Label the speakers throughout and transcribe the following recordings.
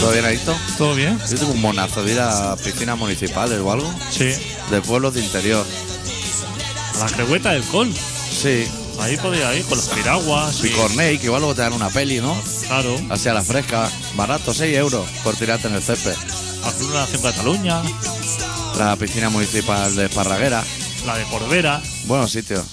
Speaker 1: ¿Todo bien, Adicto?
Speaker 2: ¿Todo bien?
Speaker 1: Yo tengo un monazo de ir a piscinas municipales o algo.
Speaker 2: Sí.
Speaker 1: De pueblos de interior.
Speaker 2: A la crehueta del col.
Speaker 1: Sí.
Speaker 2: Ahí podía ir con las piraguas. y-
Speaker 1: Picorney, que igual luego te dan una peli, ¿no?
Speaker 2: Claro.
Speaker 1: Así a la fresca. Barato, 6 euros por tirarte en el césped.
Speaker 2: Hacer una en Cataluña.
Speaker 1: La piscina municipal de Esparraguera.
Speaker 2: La de Corbera.
Speaker 1: Buenos sitios.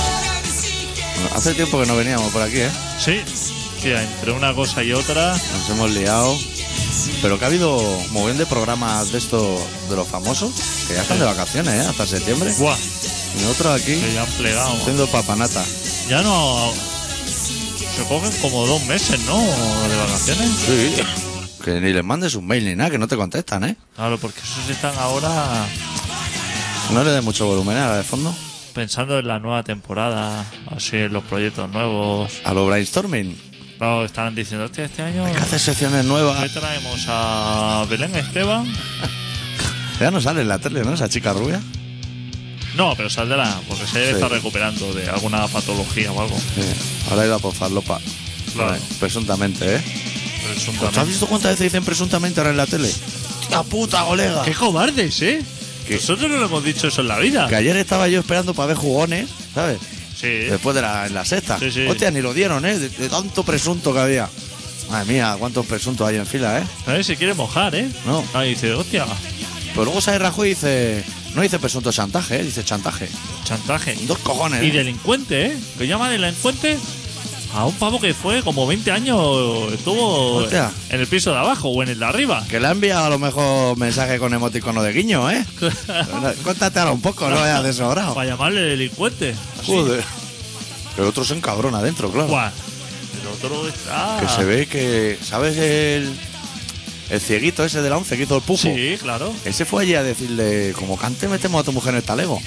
Speaker 1: Bueno, hace tiempo que no veníamos por aquí, ¿eh?
Speaker 2: Sí. Sí, entre una cosa y otra.
Speaker 1: Nos hemos liado. Pero que ha habido muy bien de programas de estos de los famosos, que ya están de vacaciones, ¿eh? Hasta septiembre.
Speaker 2: ¡Buah!
Speaker 1: Y nosotros aquí
Speaker 2: Que ya han plegado.
Speaker 1: haciendo papanata.
Speaker 2: Ya no. Se cogen como dos meses, ¿no? De vacaciones.
Speaker 1: Sí. Que ni les mandes un mail ni nada, que no te contestan, ¿eh?
Speaker 2: Claro, porque esos están ahora
Speaker 1: No le des mucho volumen ¿eh? a la de fondo.
Speaker 2: pensando en la nueva temporada. Así en los proyectos nuevos.
Speaker 1: A lo brainstorming.
Speaker 2: Claro, están diciendo, hostia, este año.
Speaker 1: Que hace secciones
Speaker 2: ¿Qué
Speaker 1: nuevas.
Speaker 2: traemos a Belén Esteban?
Speaker 1: Ya no sale en la tele, ¿no? Esa chica rubia.
Speaker 2: No, pero saldrá, porque se debe
Speaker 1: Sí.
Speaker 2: estar recuperando de alguna patología o algo.
Speaker 1: Sí. Ahora iba por farlopa.
Speaker 2: Claro.
Speaker 1: Bueno, Presuntamente, ¿eh? ¿Te has
Speaker 2: Presuntamente.
Speaker 1: visto cuántas veces dicen presuntamente ahora en la tele? ¡La puta, colega!
Speaker 2: ¡Qué cobardes, eh!
Speaker 1: ¿Qué?
Speaker 2: Nosotros no le hemos dicho eso en la vida.
Speaker 1: Que ayer estaba yo esperando para ver jugones, ¿sabes?
Speaker 2: Sí. ¿eh?
Speaker 1: Después de la, en la sexta.
Speaker 2: Sí, sí.
Speaker 1: Hostia, ni lo dieron, ¿eh? De, de tanto presunto que había. Madre mía, cuántos presuntos hay en fila, ¿eh?
Speaker 2: Nadie se quiere mojar, ¿eh?
Speaker 1: No.
Speaker 2: Ahí dice, hostia,
Speaker 1: Pero luego sale Rajoy y dice... No dice presunto chantaje, ¿eh? dice chantaje.
Speaker 2: chantaje.
Speaker 1: Dos cojones.
Speaker 2: Y
Speaker 1: ¿eh?
Speaker 2: delincuente, ¿eh? Que llama delincuente a un pavo que fue como 20 años, estuvo
Speaker 1: Hostia.
Speaker 2: en el piso de abajo o en el de arriba.
Speaker 1: Que le ha enviado a lo mejor mensaje con emoticono de guiño, ¿eh? Cuéntate ahora un poco, no vayas desahorado.
Speaker 2: Para llamarle delincuente. Así.
Speaker 1: Joder. El otro es un cabrón adentro, claro.
Speaker 2: Buah. El otro está.
Speaker 1: Que se ve que. ¿Sabes el. El cieguito ese de la once que hizo el pufo?
Speaker 2: Sí, claro.
Speaker 1: Ese fue allí a decirle, como cante, metemos a tu mujer en el talego.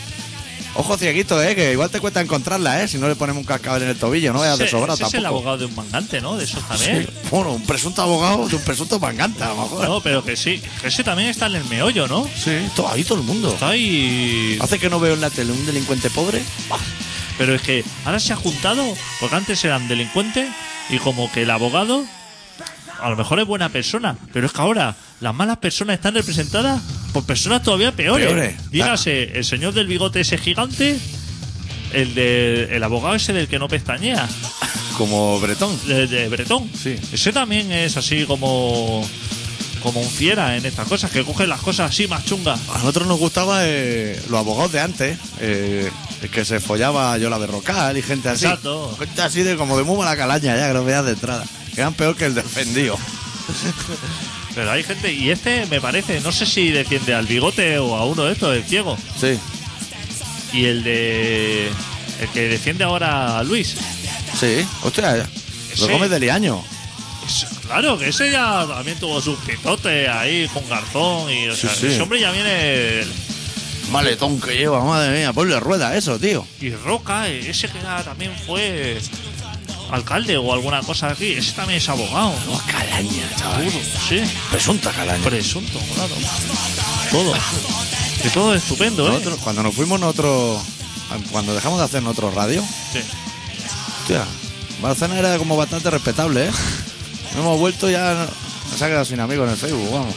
Speaker 1: Ojo, cieguito, eh, que igual te cuesta encontrarla, eh, si no le ponemos un cascabel en el tobillo, no vayas
Speaker 2: Ese-
Speaker 1: de sobrado
Speaker 2: ese es el
Speaker 1: tampoco.
Speaker 2: abogado de un mangante, ¿no? De esos
Speaker 1: Sí.
Speaker 2: también.
Speaker 1: Bueno, un presunto abogado de un presunto manganta, a lo mejor.
Speaker 2: No, pero que sí. Que ese también está en el meollo, ¿no?
Speaker 1: Sí, todo, ahí todo el mundo.
Speaker 2: Está ahí.
Speaker 1: Hace que no veo en la tele un delincuente pobre.
Speaker 2: Pero es que ahora se ha juntado, porque antes eran delincuentes y como que el abogado a lo mejor es buena persona, pero es que ahora las malas personas están representadas por personas todavía peores.
Speaker 1: Peores.
Speaker 2: Dígase, el señor del bigote ese gigante, el de, el abogado ese del que no pestañea,
Speaker 1: Como Bretón.
Speaker 2: de, de Bretón.
Speaker 1: Sí.
Speaker 2: Ese también es así como como un fiera en estas cosas, que coge las cosas así más chungas.
Speaker 1: A nosotros nos gustaba eh, los abogados de antes, eh, el que se follaba Yola Berrocal y gente así.
Speaker 2: Exacto.
Speaker 1: Gente así de como de muy mala calaña, ya que lo veas de entrada. Que Eran peor que el defendido.
Speaker 2: Pero hay gente, y este me parece, no sé si defiende al bigote o a uno de estos, el ciego.
Speaker 1: Sí,
Speaker 2: Y el de. El que defiende ahora a Luis.
Speaker 1: sí. Hostia, eh. lo
Speaker 2: Sí.
Speaker 1: comes de liaño.
Speaker 2: Es- claro, que ese ya también tuvo sus pitotes ahí con Garzón. Y, o
Speaker 1: Sí,
Speaker 2: sea,
Speaker 1: sí.
Speaker 2: ese hombre ya viene.
Speaker 1: Maletón que lleva, madre mía. Ponle rueda a eso, tío.
Speaker 2: Y Roca, ese que ya también fue alcalde o alguna cosa aquí. Ese también es abogado, ¿no?
Speaker 1: calaña,
Speaker 2: Puro, sí.
Speaker 1: Presunta calaña.
Speaker 2: Presunto, claro. Todo. Que todo es estupendo, ¿eh?
Speaker 1: Nosotros, cuando nos fuimos nosotros, cuando dejamos de hacer nosotros radio,
Speaker 2: Sí.
Speaker 1: hostia, Barcelona era como bastante respetable, ¿eh? Hemos vuelto ya Se ha quedado sin amigos en el Facebook, vamos.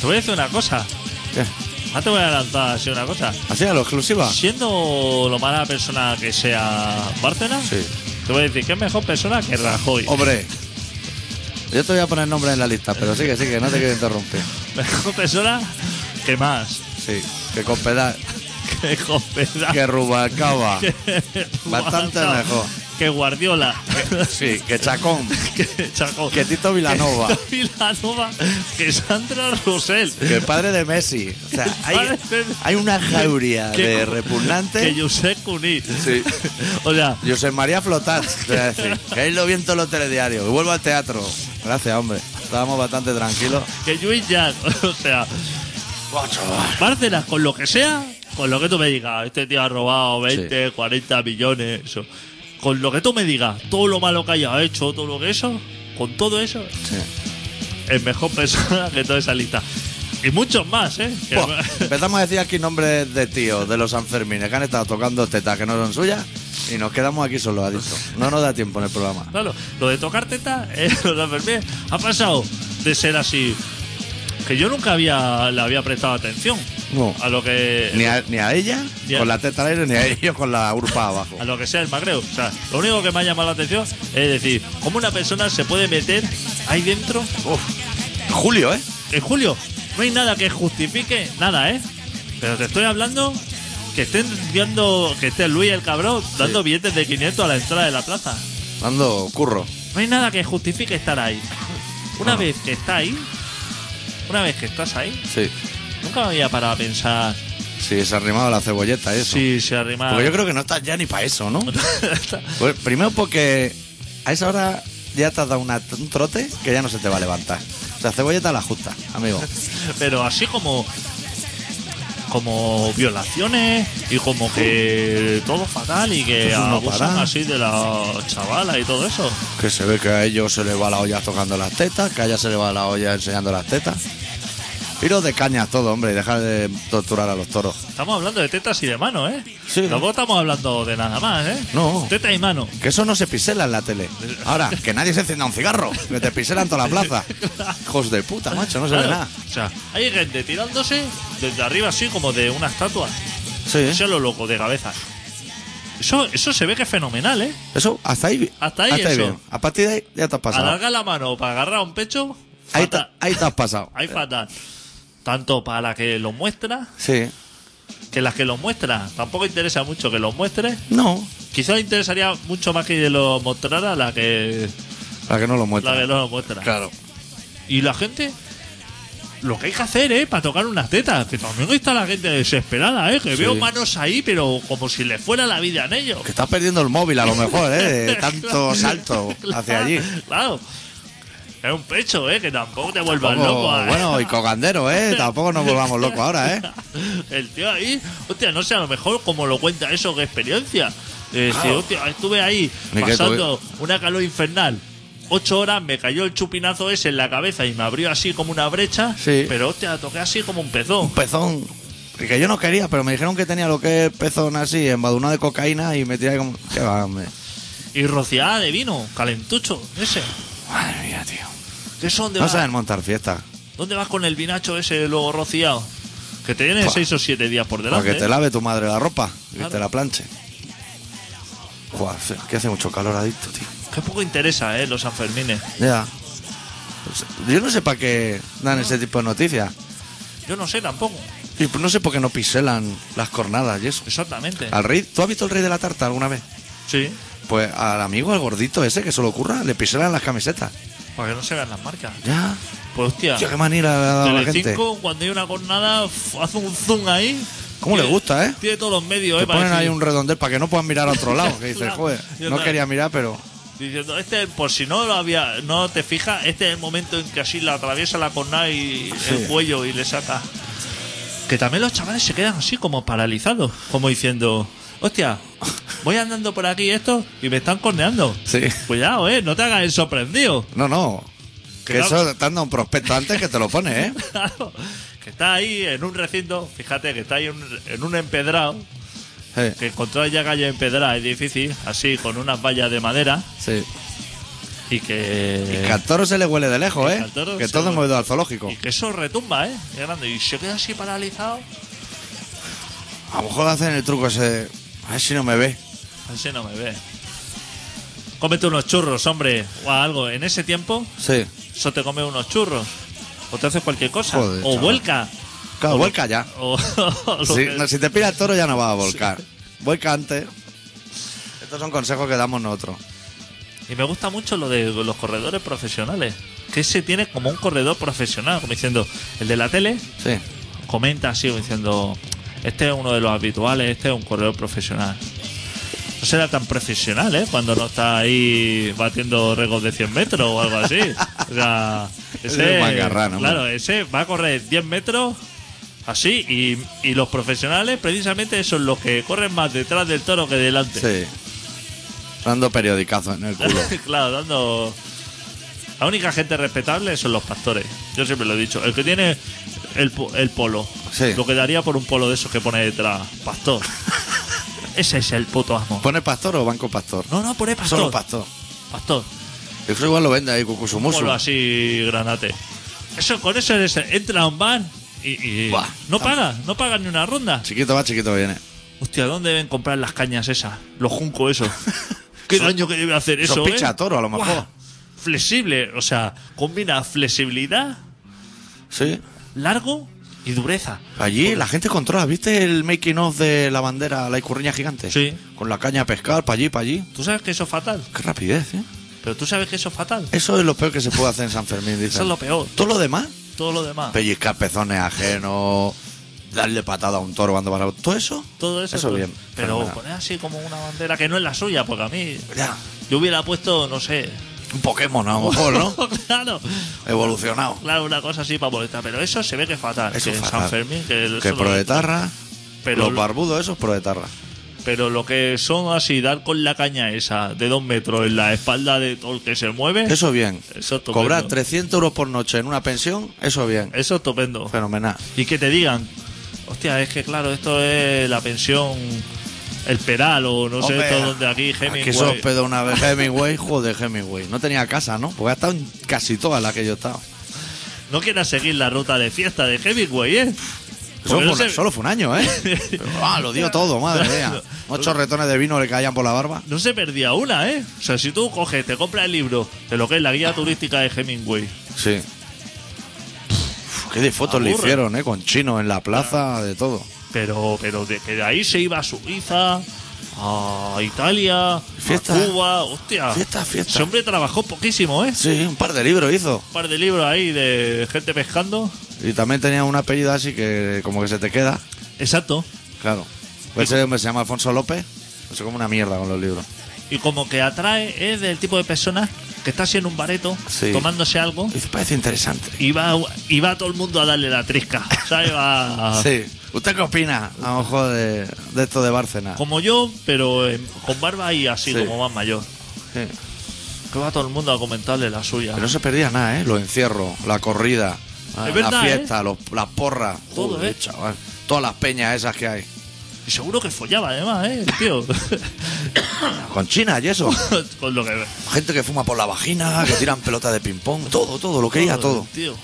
Speaker 2: Te voy a decir una cosa.
Speaker 1: ¿Qué?
Speaker 2: Ahora te voy a lanzar así una cosa.
Speaker 1: ¿Así a lo exclusiva?
Speaker 2: Siendo lo mala persona que sea Bárcenas,
Speaker 1: Sí. Oh.
Speaker 2: te voy a decir que es mejor persona que Rajoy.
Speaker 1: Hombre, yo te voy a poner nombre en la lista, pero sigue, sigue, no te quiero interrumpir.
Speaker 2: Mejor persona que más.
Speaker 1: Sí, que con peda-
Speaker 2: Que Jopeda.
Speaker 1: que Rubalcaba. bastante
Speaker 2: Guardado.
Speaker 1: mejor.
Speaker 2: Que Guardiola.
Speaker 1: Sí, que Chacón.
Speaker 2: que Chaco.
Speaker 1: Que Tito Vilanova.
Speaker 2: Que Tito Vilanova. Que Sandra Rosell.
Speaker 1: Que el padre de Messi. O sea, hay, hay una jauría
Speaker 2: Que-
Speaker 1: de repugnantes.
Speaker 2: Que Josep Cuní.
Speaker 1: Sí.
Speaker 2: O sea,
Speaker 1: José María Flotat, te voy a decir. Que ahí lo vi en todos los telediarios. Y vuelvo al teatro. Gracias, hombre. Estábamos bastante tranquilos.
Speaker 2: que Luis Jack. O sea, Bárcenas, con lo que sea, con lo que tú me digas. Este tío ha robado 20, 40 millones. Eso. Con lo que tú me digas, todo lo malo que haya hecho, todo lo que eso, con todo eso,
Speaker 1: Sí.
Speaker 2: es mejor persona que toda esa lista. Y muchos más, ¿eh? Que-
Speaker 1: Buah, empezamos a decir aquí nombres de tíos de los Sanfermines que han estado tocando tetas que no son suyas y nos quedamos aquí solos, adictos. No nos da tiempo en el programa.
Speaker 2: Claro, lo de tocar teta, eh, lo de enfermera, ha pasado de ser así. Que yo nunca había le había prestado atención
Speaker 1: No.
Speaker 2: a lo que
Speaker 1: Ni a, ni a ella
Speaker 2: Ni a-
Speaker 1: con la teta al aire, ni a ellos con la urpa abajo.
Speaker 2: a lo que sea el magreo. O sea, lo único que me ha llamado la atención es decir, cómo una persona se puede meter ahí dentro.
Speaker 1: Uf. Julio, ¿eh?
Speaker 2: En julio, no hay nada que justifique nada, ¿eh? Pero te estoy hablando que estén dando, que esté Luis el cabrón dando billetes de 500 a la entrada de la plaza.
Speaker 1: Dando curro.
Speaker 2: No hay nada que justifique estar ahí. Una vez que está ahí, una vez que estás ahí,
Speaker 1: Sí.
Speaker 2: Nunca me había parado a pensar
Speaker 1: Sí, se ha arrimado la cebolleta eso.
Speaker 2: si se arrimaba.
Speaker 1: Porque yo creo que no estás ya ni para eso, ¿no? Pues primero porque a esa hora ya te has dado una- un trote que ya no se te va a levantar. O sea, cebolleta a la justa, amigo.
Speaker 2: Pero así como. Como violaciones y como que todo fatal y que
Speaker 1: Eso es una
Speaker 2: abusan
Speaker 1: parada.
Speaker 2: así de las chavalas y todo eso.
Speaker 1: Que se ve que a ellos se les va la olla tocando las tetas, que a ella se le va la olla enseñando las tetas. Tiros de caña todo, hombre, y dejar de torturar a los toros.
Speaker 2: Estamos hablando de tetas y de mano, ¿eh?
Speaker 1: Sí.
Speaker 2: Tampoco estamos hablando de nada más, ¿eh?
Speaker 1: No.
Speaker 2: Teta y mano.
Speaker 1: Que eso no se pisela en la tele. Ahora, que nadie se encienda un cigarro, que te piselan toda la plaza. Hijos de puta, macho, no se ve
Speaker 2: Claro.
Speaker 1: nada.
Speaker 2: O sea, hay gente tirándose desde arriba así como de una estatua.
Speaker 1: ¿Eh? Sí,
Speaker 2: Eso es lo loco, de cabeza. Eso, eso se ve que es fenomenal, ¿eh?
Speaker 1: eso, hasta ahí.
Speaker 2: Hasta ahí eso.
Speaker 1: bien. A partir de ahí ya te has pasado.
Speaker 2: Alarga la mano para agarrar un pecho.
Speaker 1: Ahí te,
Speaker 2: fatal.
Speaker 1: ahí te has pasado.
Speaker 2: Hay fatal. Tanto para la que lo muestra,
Speaker 1: Sí.
Speaker 2: que las que lo muestra. Tampoco interesa mucho que lo muestre.
Speaker 1: No,
Speaker 2: Quizás le interesaría mucho más que lo mostrara la que,
Speaker 1: para que no lo
Speaker 2: la que
Speaker 1: muestra.
Speaker 2: no lo muestra.
Speaker 1: Claro.
Speaker 2: Y la gente, lo que hay que hacer, ¿eh? Para tocar unas tetas. Que también está la gente desesperada, ¿eh? Que
Speaker 1: Sí.
Speaker 2: veo manos ahí, pero como si le fuera la vida en ello.
Speaker 1: Que estás perdiendo el móvil a lo mejor, ¿eh? De tanto salto hacia allí.
Speaker 2: Claro. Es un pecho, ¿eh? Que tampoco te vuelvas
Speaker 1: Tampoco-
Speaker 2: loco. ¿eh?
Speaker 1: Bueno, y cogandero, ¿eh? Tampoco nos volvamos locos ahora, ¿eh?
Speaker 2: El tío ahí, hostia, no sé, a lo mejor como lo cuenta eso, qué experiencia. Eh, sí,
Speaker 1: Claro. eh.
Speaker 2: hostia, estuve ahí
Speaker 1: Ni que
Speaker 2: pasando una calor infernal. Ocho horas me cayó el chupinazo ese en la cabeza y me abrió así como una brecha.
Speaker 1: Sí.
Speaker 2: Pero hostia, toqué así como un pezón.
Speaker 1: Un pezón. Y Que yo no quería, pero me dijeron que tenía lo que es pezón así, embadurnado de cocaína y me tiré como... ¿Qué va, hombre?
Speaker 2: Y rociada de vino, calentucho, ese.
Speaker 1: Madre mía, tío.
Speaker 2: ¿Qué son de
Speaker 1: No saben montar fiestas.
Speaker 2: ¿Dónde vas con el vinacho ese luego rociado? Que te viene
Speaker 1: Buah.
Speaker 2: seis o siete días por
Speaker 1: Para
Speaker 2: delante.
Speaker 1: que te
Speaker 2: ¿eh?
Speaker 1: lave tu madre la ropa y
Speaker 2: Claro.
Speaker 1: te la planche. Buah, es que hace mucho calor adicto, tío.
Speaker 2: Qué poco interesa, eh, los Sanfermines.
Speaker 1: Ya. Pues, Yo no sé para qué dan ese tipo de noticias.
Speaker 2: Yo no sé tampoco.
Speaker 1: Y pues no sé por qué no piselan las cornadas y eso.
Speaker 2: Exactamente.
Speaker 1: Al rey, ¿tú has visto el rey de la tarta alguna vez?
Speaker 2: Sí.
Speaker 1: Pues al amigo, al gordito ese que se lo ocurra, le piselan las camisetas.
Speaker 2: Para que no se vean las marcas.
Speaker 1: Ya.
Speaker 2: Pues hostia.
Speaker 1: Tío, qué manera le ha dado a la gente.
Speaker 2: Telecinco, cuando hay una jornada, f- hace un zoom ahí.
Speaker 1: ¿Cómo le
Speaker 2: Tiene-
Speaker 1: gusta, eh?
Speaker 2: Tiene todos los medios,
Speaker 1: Te
Speaker 2: eh, para
Speaker 1: ponen ahí
Speaker 2: decir-
Speaker 1: un redondel para que no puedan mirar a otro lado. Que dices,
Speaker 2: Claro,
Speaker 1: joder,
Speaker 2: yo
Speaker 1: no
Speaker 2: también.
Speaker 1: quería mirar, pero.
Speaker 2: Diciendo, este, por si no lo había, no te fijas, este es el momento en que así la atraviesa la cornada y
Speaker 1: Sí.
Speaker 2: el cuello y le saca. Que también los chavales se quedan así como paralizados, como diciendo, hostia, voy andando por aquí esto y me están corneando.
Speaker 1: Sí.
Speaker 2: Cuidado, eh, no te hagas el sorprendido.
Speaker 1: No, no. Que
Speaker 2: Claro.
Speaker 1: eso te han dado un prospecto antes que te lo pone, ¿eh?
Speaker 2: Claro, que está ahí en un recinto, fíjate que está ahí en un- en un empedrado,
Speaker 1: Eh,
Speaker 2: que encontrar ya calle empedrada es difícil, así con unas vallas de madera,
Speaker 1: Sí.
Speaker 2: Y que.
Speaker 1: Que al toro se le huele de lejos,
Speaker 2: que
Speaker 1: ¿eh?
Speaker 2: al toro
Speaker 1: Que
Speaker 2: se
Speaker 1: todo
Speaker 2: le-
Speaker 1: hemos ido al zoológico.
Speaker 2: Y que eso retumba, ¿eh? Es grande. Y se queda así paralizado.
Speaker 1: A lo mejor hacen el truco ese. A ver si no me ve.
Speaker 2: Así no me ve. Cómete unos churros, hombre. O algo. En ese tiempo,
Speaker 1: Sí.
Speaker 2: eso te come unos churros. O te haces cualquier cosa.
Speaker 1: Joder,
Speaker 2: o
Speaker 1: chaval.
Speaker 2: vuelca.
Speaker 1: Claro, vuelca ya.
Speaker 2: O, o lo
Speaker 1: Sí,
Speaker 2: que-
Speaker 1: no, si te pilla el toro ya no va a volcar. Vuelca antes. Estos son consejos que damos nosotros.
Speaker 2: Y me gusta mucho lo de los corredores profesionales. Que se tiene como un corredor profesional. Como diciendo, el de la tele
Speaker 1: Sí.
Speaker 2: comenta así, como diciendo, este es uno de los habituales, este es un corredor profesional. No será tan profesional, ¿eh? Cuando no está ahí batiendo récords de 100 metros o algo así. O sea,
Speaker 1: Es
Speaker 2: ese,
Speaker 1: un macarrano, hombre.
Speaker 2: claro, ese va a correr 10 metros así y, y los profesionales precisamente son los que corren más detrás del toro que delante.
Speaker 1: Sí. Dando periodicazo en el culo.
Speaker 2: claro, dando. La única gente respetable son los pastores. Yo siempre lo he dicho. El que tiene el, po- el polo.
Speaker 1: Sí.
Speaker 2: Lo que daría por un polo de esos que pone detrás. Pastor. Ese es el puto amo.
Speaker 1: ¿Pone pastor o banco pastor?
Speaker 2: No, no, pone pastor.
Speaker 1: Solo pastor.
Speaker 2: pastor.
Speaker 1: Eso igual lo vende ahí,
Speaker 2: Un
Speaker 1: cucusumusu.
Speaker 2: polo así, granate. Eso, con eso eres- entra a un bar y. y-
Speaker 1: Buah.
Speaker 2: no paga, no paga ni una ronda.
Speaker 1: Chiquito va, chiquito viene.
Speaker 2: Hostia, ¿dónde deben comprar las cañas esas? Los juncos esos. ¿Qué daño que debe hacer eso?
Speaker 1: Son picha
Speaker 2: eh?
Speaker 1: a toro, a lo mejor.
Speaker 2: Guau. Flexible, o sea, combina flexibilidad,
Speaker 1: Sí.
Speaker 2: largo y dureza.
Speaker 1: Allí la gente controla. ¿Viste el making of de la bandera, la icurriña gigante?
Speaker 2: Sí.
Speaker 1: Con la caña a pescar, para allí, para allí.
Speaker 2: Tú sabes que eso es fatal,
Speaker 1: Qué rapidez, ¿eh?
Speaker 2: pero tú sabes que eso es fatal.
Speaker 1: Eso es lo peor que se puede hacer en San Fermín, dicen.
Speaker 2: Eso es lo peor.
Speaker 1: Todo lo demás,
Speaker 2: Todo lo demás,
Speaker 1: pellizcar pezones ajenos, darle patada a un toro cuando para... Todo eso,
Speaker 2: todo eso.
Speaker 1: Eso
Speaker 2: todo-
Speaker 1: bien,
Speaker 2: Pero
Speaker 1: fenomenal.
Speaker 2: poner así como una bandera que no es la suya, porque a mí.
Speaker 1: ya,
Speaker 2: Yo hubiera puesto, no sé.
Speaker 1: un Pokémon a lo mejor, ¿no?
Speaker 2: claro,
Speaker 1: Evolucionado.
Speaker 2: claro, una cosa así para molestar. Pero eso se ve que es fatal.
Speaker 1: Eso
Speaker 2: que
Speaker 1: es
Speaker 2: en
Speaker 1: fatal.
Speaker 2: San Fermín, que, eso
Speaker 1: Que
Speaker 2: no-
Speaker 1: proetarra,
Speaker 2: Pero
Speaker 1: los barbudos esos proetarra.
Speaker 2: Pero lo que son así, dar con la caña esa de dos metros en la espalda de todo el que se mueve, eso,
Speaker 1: Eso bien.
Speaker 2: Eh, Eso estupendo.
Speaker 1: Cobrar 300 euros por noche en una pensión, eso bien.
Speaker 2: es estupendo.
Speaker 1: Fenomenal.
Speaker 2: Y que te digan, hostia, es que claro, esto es la pensión, el peral o no sé,
Speaker 1: Hombre,
Speaker 2: todo donde aquí,
Speaker 1: Aquí
Speaker 2: Hemingway.
Speaker 1: se hospedó una vez Hemingway, joder Hemingway. No tenía casa, ¿no? Porque ha estado en casi todas las que yo he estado.
Speaker 2: No quieras seguir la ruta de fiesta de Hemingway, ¿eh?
Speaker 1: Eso
Speaker 2: Porque no
Speaker 1: fue-
Speaker 2: se-
Speaker 1: Solo fue un año, ¿eh? Pero, ah, lo dio todo, madre mía. Ocho retones de vino le caían por la barba.
Speaker 2: No se perdía una, ¿eh? O sea, si tú coges, te compras el libro de lo que es la guía turística de Hemingway,
Speaker 1: Sí. Qué de fotos le
Speaker 2: Aburre.
Speaker 1: hicieron, ¿eh? Con chino en la plaza, de todo.
Speaker 2: pero, pero de que de ahí se iba a Suiza, a Italia,
Speaker 1: Fiesta.
Speaker 2: a Cuba, hostia.
Speaker 1: Fiesta, fiesta.
Speaker 2: Ese hombre trabajó poquísimo, ¿eh?
Speaker 1: Sí, un par de libros hizo.
Speaker 2: Un par de libros ahí de gente pescando.
Speaker 1: Y también tenía un apellido así que como que se te queda.
Speaker 2: Exacto.
Speaker 1: Claro. Pues ese hombre se llama Alfonso López. Eso como una mierda con los libros.
Speaker 2: Y como que atrae, es del tipo de personas que está así en un bareto,
Speaker 1: Sí.
Speaker 2: tomándose algo,
Speaker 1: Dice, parece interesante.
Speaker 2: y va, y va todo el mundo a darle la trisca. ¿Sabes? Va-
Speaker 1: Sí. ¿Usted qué opina, a lo mejor, de, de esto de Bárcena?
Speaker 2: Como yo, pero en- con barba y así,
Speaker 1: Sí.
Speaker 2: como más mayor.
Speaker 1: Sí.
Speaker 2: Que va todo el mundo a comentarle la suya.
Speaker 1: Que no se perdía nada, ¿eh? Los encierros, la corrida, la,
Speaker 2: Es verdad, ¿eh?
Speaker 1: la fiesta, los- las porras.
Speaker 2: Todo,
Speaker 1: Joder,
Speaker 2: ¿eh?
Speaker 1: chaval. Todas las peñas esas que hay.
Speaker 2: Y seguro que follaba además, ¿eh? Tío.
Speaker 1: Con China y eso.
Speaker 2: con lo que...
Speaker 1: Gente que fuma por la vagina, que tiran pelotas de ping-pong, todo, todo, lo quería todo.
Speaker 2: Tío.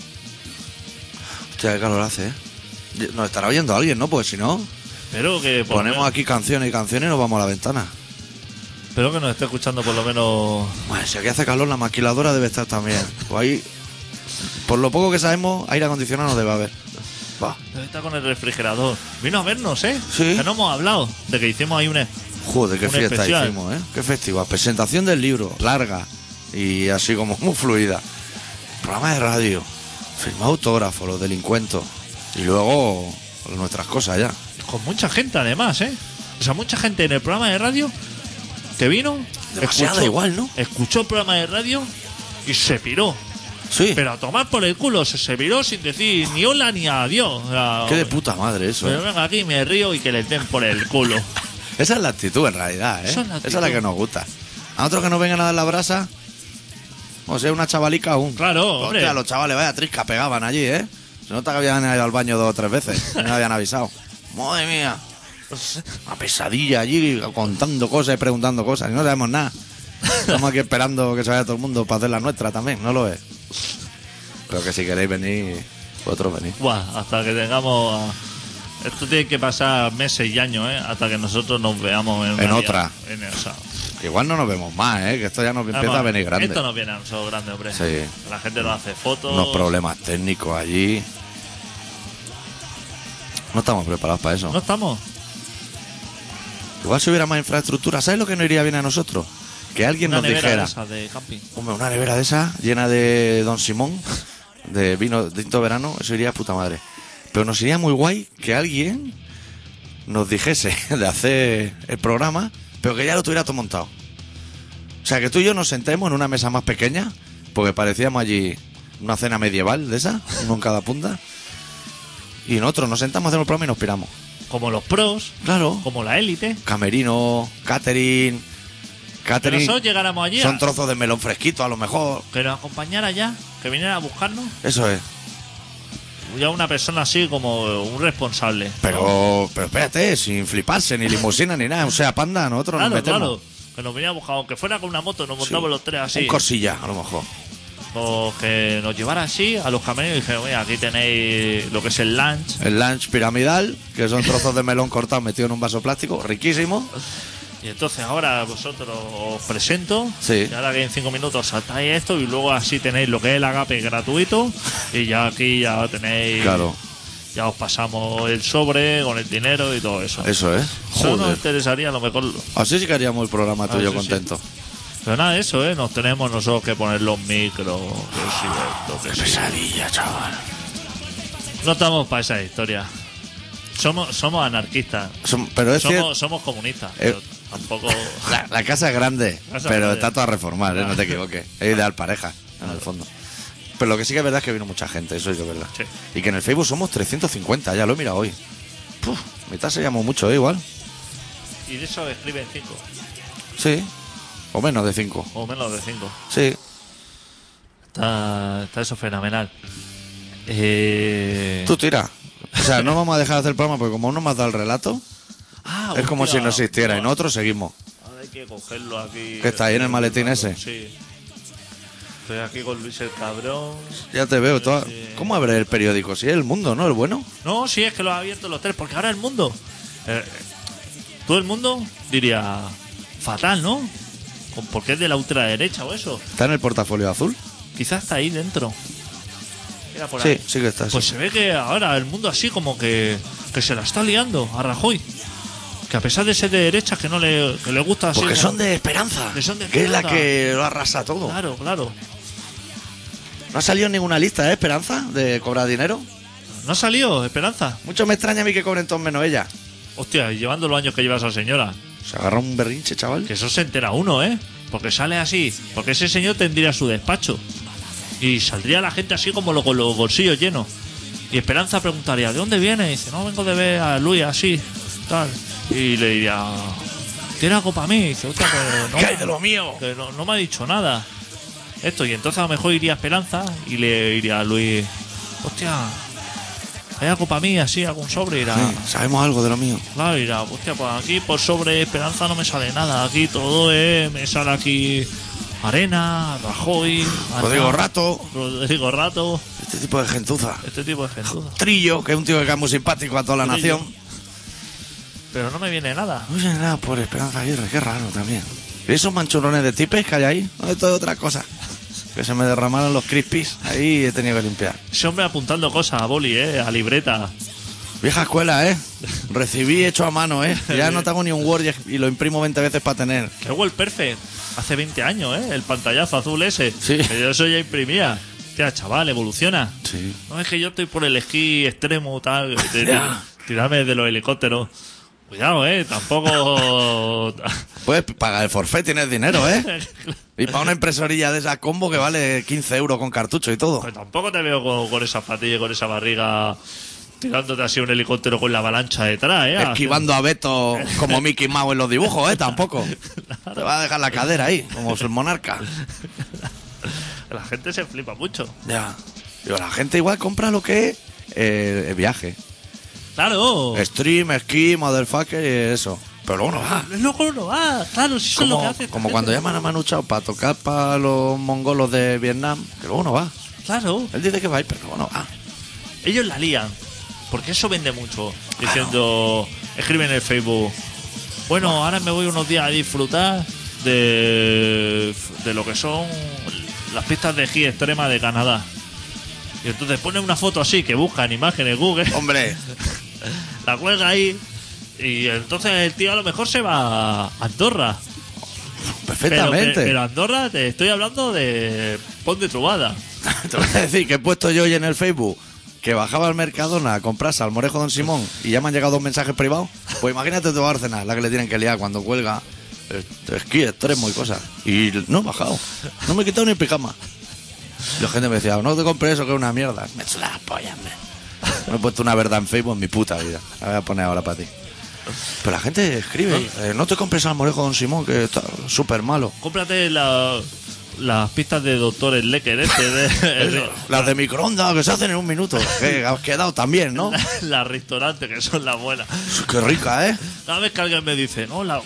Speaker 1: Hostia, qué calor hace, ¿eh? Nos estará oyendo alguien, ¿no? Porque si no,
Speaker 2: Pero que... por
Speaker 1: ponemos
Speaker 2: lo-
Speaker 1: aquí canciones y canciones y nos vamos a la ventana.
Speaker 2: Espero que nos esté escuchando por lo menos...
Speaker 1: Bueno, si aquí hace calor, la maquiladora debe estar también. Pues ahí, por lo poco que sabemos, aire acondicionado no debe haber. Va.
Speaker 2: Debe estar con el refrigerador. Vino a vernos, ¿eh?
Speaker 1: Sí.
Speaker 2: Que no hemos hablado de que hicimos ahí una...
Speaker 1: Joder, qué
Speaker 2: Un
Speaker 1: fiesta
Speaker 2: especial.
Speaker 1: hicimos, ¿eh? Qué festival. Presentación del libro, larga y así como muy fluida. Programa de radio, firma autógrafos, los delincuentos y luego nuestras cosas ya.
Speaker 2: Con mucha gente además, ¿eh? O sea, mucha gente en el programa de radio que vino...
Speaker 1: Demasiada igual, ¿no?
Speaker 2: Escuchó el programa de radio y se piró.
Speaker 1: Sí.
Speaker 2: Pero a tomar por el culo, se, se piró sin decir ni hola ni adiós. O sea,
Speaker 1: Qué de puta madre eso.
Speaker 2: Pero
Speaker 1: ¿eh?
Speaker 2: venga aquí, me río y que le den por el culo.
Speaker 1: Esa es la actitud en realidad, ¿eh?
Speaker 2: Esa es la
Speaker 1: Esa es la
Speaker 2: actitud.
Speaker 1: que nos gusta. A otros que no vengan a dar la brasa, o sea, una chavalica aún.
Speaker 2: Claro,
Speaker 1: Hostia,
Speaker 2: Pues, hombre.
Speaker 1: los chavales, vaya trisca pegaban allí, ¿eh? Se nota que habían ido al baño dos o tres veces. y No habían avisado. Madre mía. Una pesadilla allí contando cosas y preguntando cosas. Y no sabemos nada. Estamos aquí esperando que se vaya todo el mundo para hacer la nuestra también, no lo es. Pero que si queréis venir, vosotros venís.
Speaker 2: Buah, hasta que tengamos. a- Esto tiene que pasar meses y años, ¿eh? Hasta que nosotros nos veamos en, una
Speaker 1: En
Speaker 2: liada.
Speaker 1: otra.
Speaker 2: En esa.
Speaker 1: Igual no nos vemos más, ¿eh? que esto ya nos empieza a
Speaker 2: Vamos,
Speaker 1: venir grande.
Speaker 2: Esto nos viene a nosotros grande, hombre.
Speaker 1: Sí.
Speaker 2: La gente nos hace fotos.
Speaker 1: Unos problemas técnicos allí. No estamos preparados para eso.
Speaker 2: No estamos.
Speaker 1: Igual si hubiera más infraestructura, ¿sabes lo que no iría bien a nosotros? Que alguien
Speaker 2: Una
Speaker 1: nos
Speaker 2: nevera
Speaker 1: dijera,
Speaker 2: de esas de camping.
Speaker 1: hombre, una nevera de esa llena de Don Simón, de vino de tinto verano, eso iría a puta madre. Pero nos iría muy guay que alguien nos dijese de hacer el programa, pero que ya lo tuviera todo montado. O sea, que tú y yo nos sentemos en una mesa más pequeña, porque parecíamos allí una cena medieval de esa, uno en cada punta. Y nosotros nos sentamos, hacemos el programa y nos piramos.
Speaker 2: Como los pros,
Speaker 1: Claro.
Speaker 2: como la élite.
Speaker 1: Camerino, catering,
Speaker 2: Que
Speaker 1: catering.
Speaker 2: nosotros llegáramos allí. a-
Speaker 1: Son trozos de melón fresquito, a lo mejor.
Speaker 2: que nos acompañara ya, que viniera a buscarnos.
Speaker 1: Eso es.
Speaker 2: Ya una persona así como un responsable.
Speaker 1: Pero, pero espérate, sin fliparse, ni limusina, ni nada. O sea, panda, nosotros
Speaker 2: Claro,
Speaker 1: nos metemos.
Speaker 2: claro. Que nos viniera a buscar, aunque fuera con una moto, nos
Speaker 1: Sí.
Speaker 2: montamos los tres así.
Speaker 1: Un corsilla, a lo mejor.
Speaker 2: O que nos llevara así a los camerinos y dijeron, mira, aquí tenéis lo que es el lunch.
Speaker 1: El lunch piramidal, que son trozos de melón cortados metidos en un vaso plástico, riquísimo.
Speaker 2: Y entonces ahora vosotros os presento.
Speaker 1: Sí.
Speaker 2: Y ahora que en cinco minutos saltáis esto y luego así tenéis lo que es el agape gratuito. Y ya aquí ya tenéis.
Speaker 1: Claro,
Speaker 2: Ya os pasamos el sobre con el dinero y todo eso.
Speaker 1: eso es.
Speaker 2: Eso nos
Speaker 1: Joder.
Speaker 2: interesaría a lo mejor.
Speaker 1: Así sí que haríamos el programa
Speaker 2: Ah,
Speaker 1: tuyo
Speaker 2: sí, sí.
Speaker 1: contento.
Speaker 2: Pero nada de eso, ¿eh? Nos tenemos nosotros que poner los micros. Que sí, esto, que sí.
Speaker 1: Pesadilla, chaval.
Speaker 2: No estamos para esa historia. Somos, somos anarquistas.
Speaker 1: Som- Pero es
Speaker 2: Somos,
Speaker 1: cierto,
Speaker 2: somos comunistas.
Speaker 1: Eh.
Speaker 2: pero tampoco.
Speaker 1: la, la casa es grande,
Speaker 2: Casa
Speaker 1: pero
Speaker 2: grande.
Speaker 1: está toda a reformar, ¿eh? no te equivoques. Es ideal pareja, en el fondo. Pero lo que sí que es verdad es que vino mucha gente, eso es de verdad.
Speaker 2: Sí.
Speaker 1: Y que en el Facebook somos 350, ya lo he mirado hoy. Puf, mitad se llamó mucho, ¿eh? igual.
Speaker 2: Y de eso escriben cinco.
Speaker 1: Sí. O menos de 5.
Speaker 2: O menos de cinco.
Speaker 1: Sí.
Speaker 2: Está, está eso fenomenal. Eh,
Speaker 1: Tú tira. O sea, no vamos a dejar de hacer el programa porque como no me has dado el relato,
Speaker 2: ah,
Speaker 1: es como
Speaker 2: hostia.
Speaker 1: si no existiera. Y nosotros seguimos.
Speaker 2: Ahora hay que cogerlo aquí.
Speaker 1: Que está ahí en el maletín ese.
Speaker 2: Sí. Estoy aquí con Luis el Cabrón.
Speaker 1: Ya te veo. toda-
Speaker 2: Sí.
Speaker 1: ¿Cómo abre el periódico? Si es el mundo, ¿no? El bueno.
Speaker 2: No, sí, es que lo ha abierto los tres, porque ahora el mundo. eh, todo el mundo diría. Fatal, ¿no? Con- Porque es de la ultraderecha o eso.
Speaker 1: Está en el portafolio azul.
Speaker 2: Quizás está ahí dentro. Mira por
Speaker 1: Sí,
Speaker 2: ahí.
Speaker 1: sí que está. sí.
Speaker 2: Pues se ve que ahora el mundo así como que, que se la está liando a Rajoy. Que a pesar de ser de derecha, que no le, que le gusta así.
Speaker 1: Porque
Speaker 2: como-
Speaker 1: son de Esperanza,
Speaker 2: Que son de
Speaker 1: que es la
Speaker 2: Esperanza.
Speaker 1: que lo arrasa todo.
Speaker 2: Claro, claro.
Speaker 1: No ha salido en ninguna lista, ¿eh, Esperanza? De cobrar dinero.
Speaker 2: No ha salido, Esperanza.
Speaker 1: Mucho me extraña a mí que cobren todos menos ella.
Speaker 2: Hostia, y llevando los años que lleva esa señora.
Speaker 1: Se agarra un berrinche, chaval.
Speaker 2: Que eso se entera uno, ¿eh? Porque sale así. Porque ese señor tendría su despacho. Y saldría la gente así como lo- con los bolsillos llenos. Y Esperanza preguntaría, ¿de dónde viene? Y dice, no, vengo de ver a Luis así, tal. Y le diría, ¿tiene algo para mí? Y dice, hostia, que no,
Speaker 1: ¿Qué
Speaker 2: me-
Speaker 1: hay de lo mío?
Speaker 2: que no, no me ha dicho nada. Esto, y entonces a lo mejor iría Esperanza y le diría a Luis, hostia, ¿hay algo para mí así, algún sobre? Y irá,
Speaker 1: Sí, Ah, sabemos algo de lo mío.
Speaker 2: Claro, dirá, hostia, pues aquí por sobre Esperanza no me sale nada. Aquí todo es, me sale aquí Arena, Rajoy, Aznar,
Speaker 1: Rodrigo Rato,
Speaker 2: Rodrigo Rato,
Speaker 1: este tipo de gentuza.
Speaker 2: este tipo de gente.
Speaker 1: Trillo, que es un tío que cae muy simpático a toda la
Speaker 2: Trillo.
Speaker 1: nación.
Speaker 2: Pero no me viene nada.
Speaker 1: No sé nada por Esperanza Aguirre, qué raro también. ¿Y esos manchurrones de tipes que hay ahí? No, esto es otra cosa. Que se me derramaron los crispies. Ahí he tenido que limpiar.
Speaker 2: Ese hombre apuntando cosas a boli, eh, a libreta.
Speaker 1: Vieja escuela, ¿eh? Recibí hecho a mano, ¿eh? Ya no tengo ni un Word y- y lo imprimo 20 veces para tener.
Speaker 2: Que World Perfect, hace 20 años, eh, el pantallazo azul ese.
Speaker 1: Sí.
Speaker 2: Que yo eso ya imprimía. Hostia, chaval, evoluciona.
Speaker 1: Sí.
Speaker 2: No es que yo estoy por el esquí extremo, tal, de- de-
Speaker 1: Ya.
Speaker 2: tirarme de los helicópteros. Cuidado, eh, tampoco.
Speaker 1: Puedes pagar el forfait, tienes dinero, ¿eh? Y para una impresorilla de esa combo que vale 15 euros con cartucho y todo.
Speaker 2: Pues tampoco te veo con, con esa patilla y con esa barriga tirándote así un helicóptero con la avalancha detrás, ¿eh?
Speaker 1: Esquivando a Beto como Mickey Mouse en los dibujos, ¿eh? Tampoco. Te va a dejar la cadera ahí, como el monarca.
Speaker 2: La gente se flipa mucho.
Speaker 1: Ya. Digo, la gente igual compra lo que es eh, el viaje.
Speaker 2: ¡Claro! Oh.
Speaker 1: Stream, esquí, motherfucker y eso. pero luego no va.
Speaker 2: Luego no va, claro, si eso es lo que
Speaker 1: Como,
Speaker 2: hace. esta
Speaker 1: como
Speaker 2: gente.
Speaker 1: cuando llaman a Manu Chao para tocar para los mongolos de Vietnam, que luego no va.
Speaker 2: Claro,
Speaker 1: Él dice que va a ir, pero luego no va.
Speaker 2: ellos la lían. Porque eso vende mucho. Diciendo, escriben en el Facebook. Bueno, ahora me voy unos días a disfrutar de, de lo que son las pistas de esquí extrema de Canadá. Y entonces ponen una foto así que buscan imágenes Google,
Speaker 1: Hombre,
Speaker 2: la cuelga ahí. Y entonces el tío a lo mejor se va a Andorra. Pero,
Speaker 1: perfectamente.
Speaker 2: pero- pero Andorra, te estoy hablando de Pon de Trubada.
Speaker 1: Te voy a decir que he puesto yo hoy en el Facebook que bajaba al Mercadona a comprar salmorejo Don Simón y ya me han llegado dos mensajes privados. Pues imagínate tu Bárcenas, la que le tienen que liar cuando cuelga eh, esquí extremo y cosas. Y no he bajado, no me he quitado ni el pijama. Y la gente me decía, no te compres eso que es una mierda. Me he hecho la polla, hombre. No he puesto una verdad en Facebook en mi puta vida. La voy a poner ahora para ti. Pero la gente escribe, eh, no te compres salmorejo Don Simón, que está súper malo.
Speaker 2: Cómprate la- las pistas de Doctor Lecker este, de, de-
Speaker 1: Las de microondas que se hacen en un minuto. Que has quedado también, ¿no?
Speaker 2: las restaurantes que son las buenas.
Speaker 1: Qué rica, ¿eh?
Speaker 2: Cada vez que alguien me dice, no, la-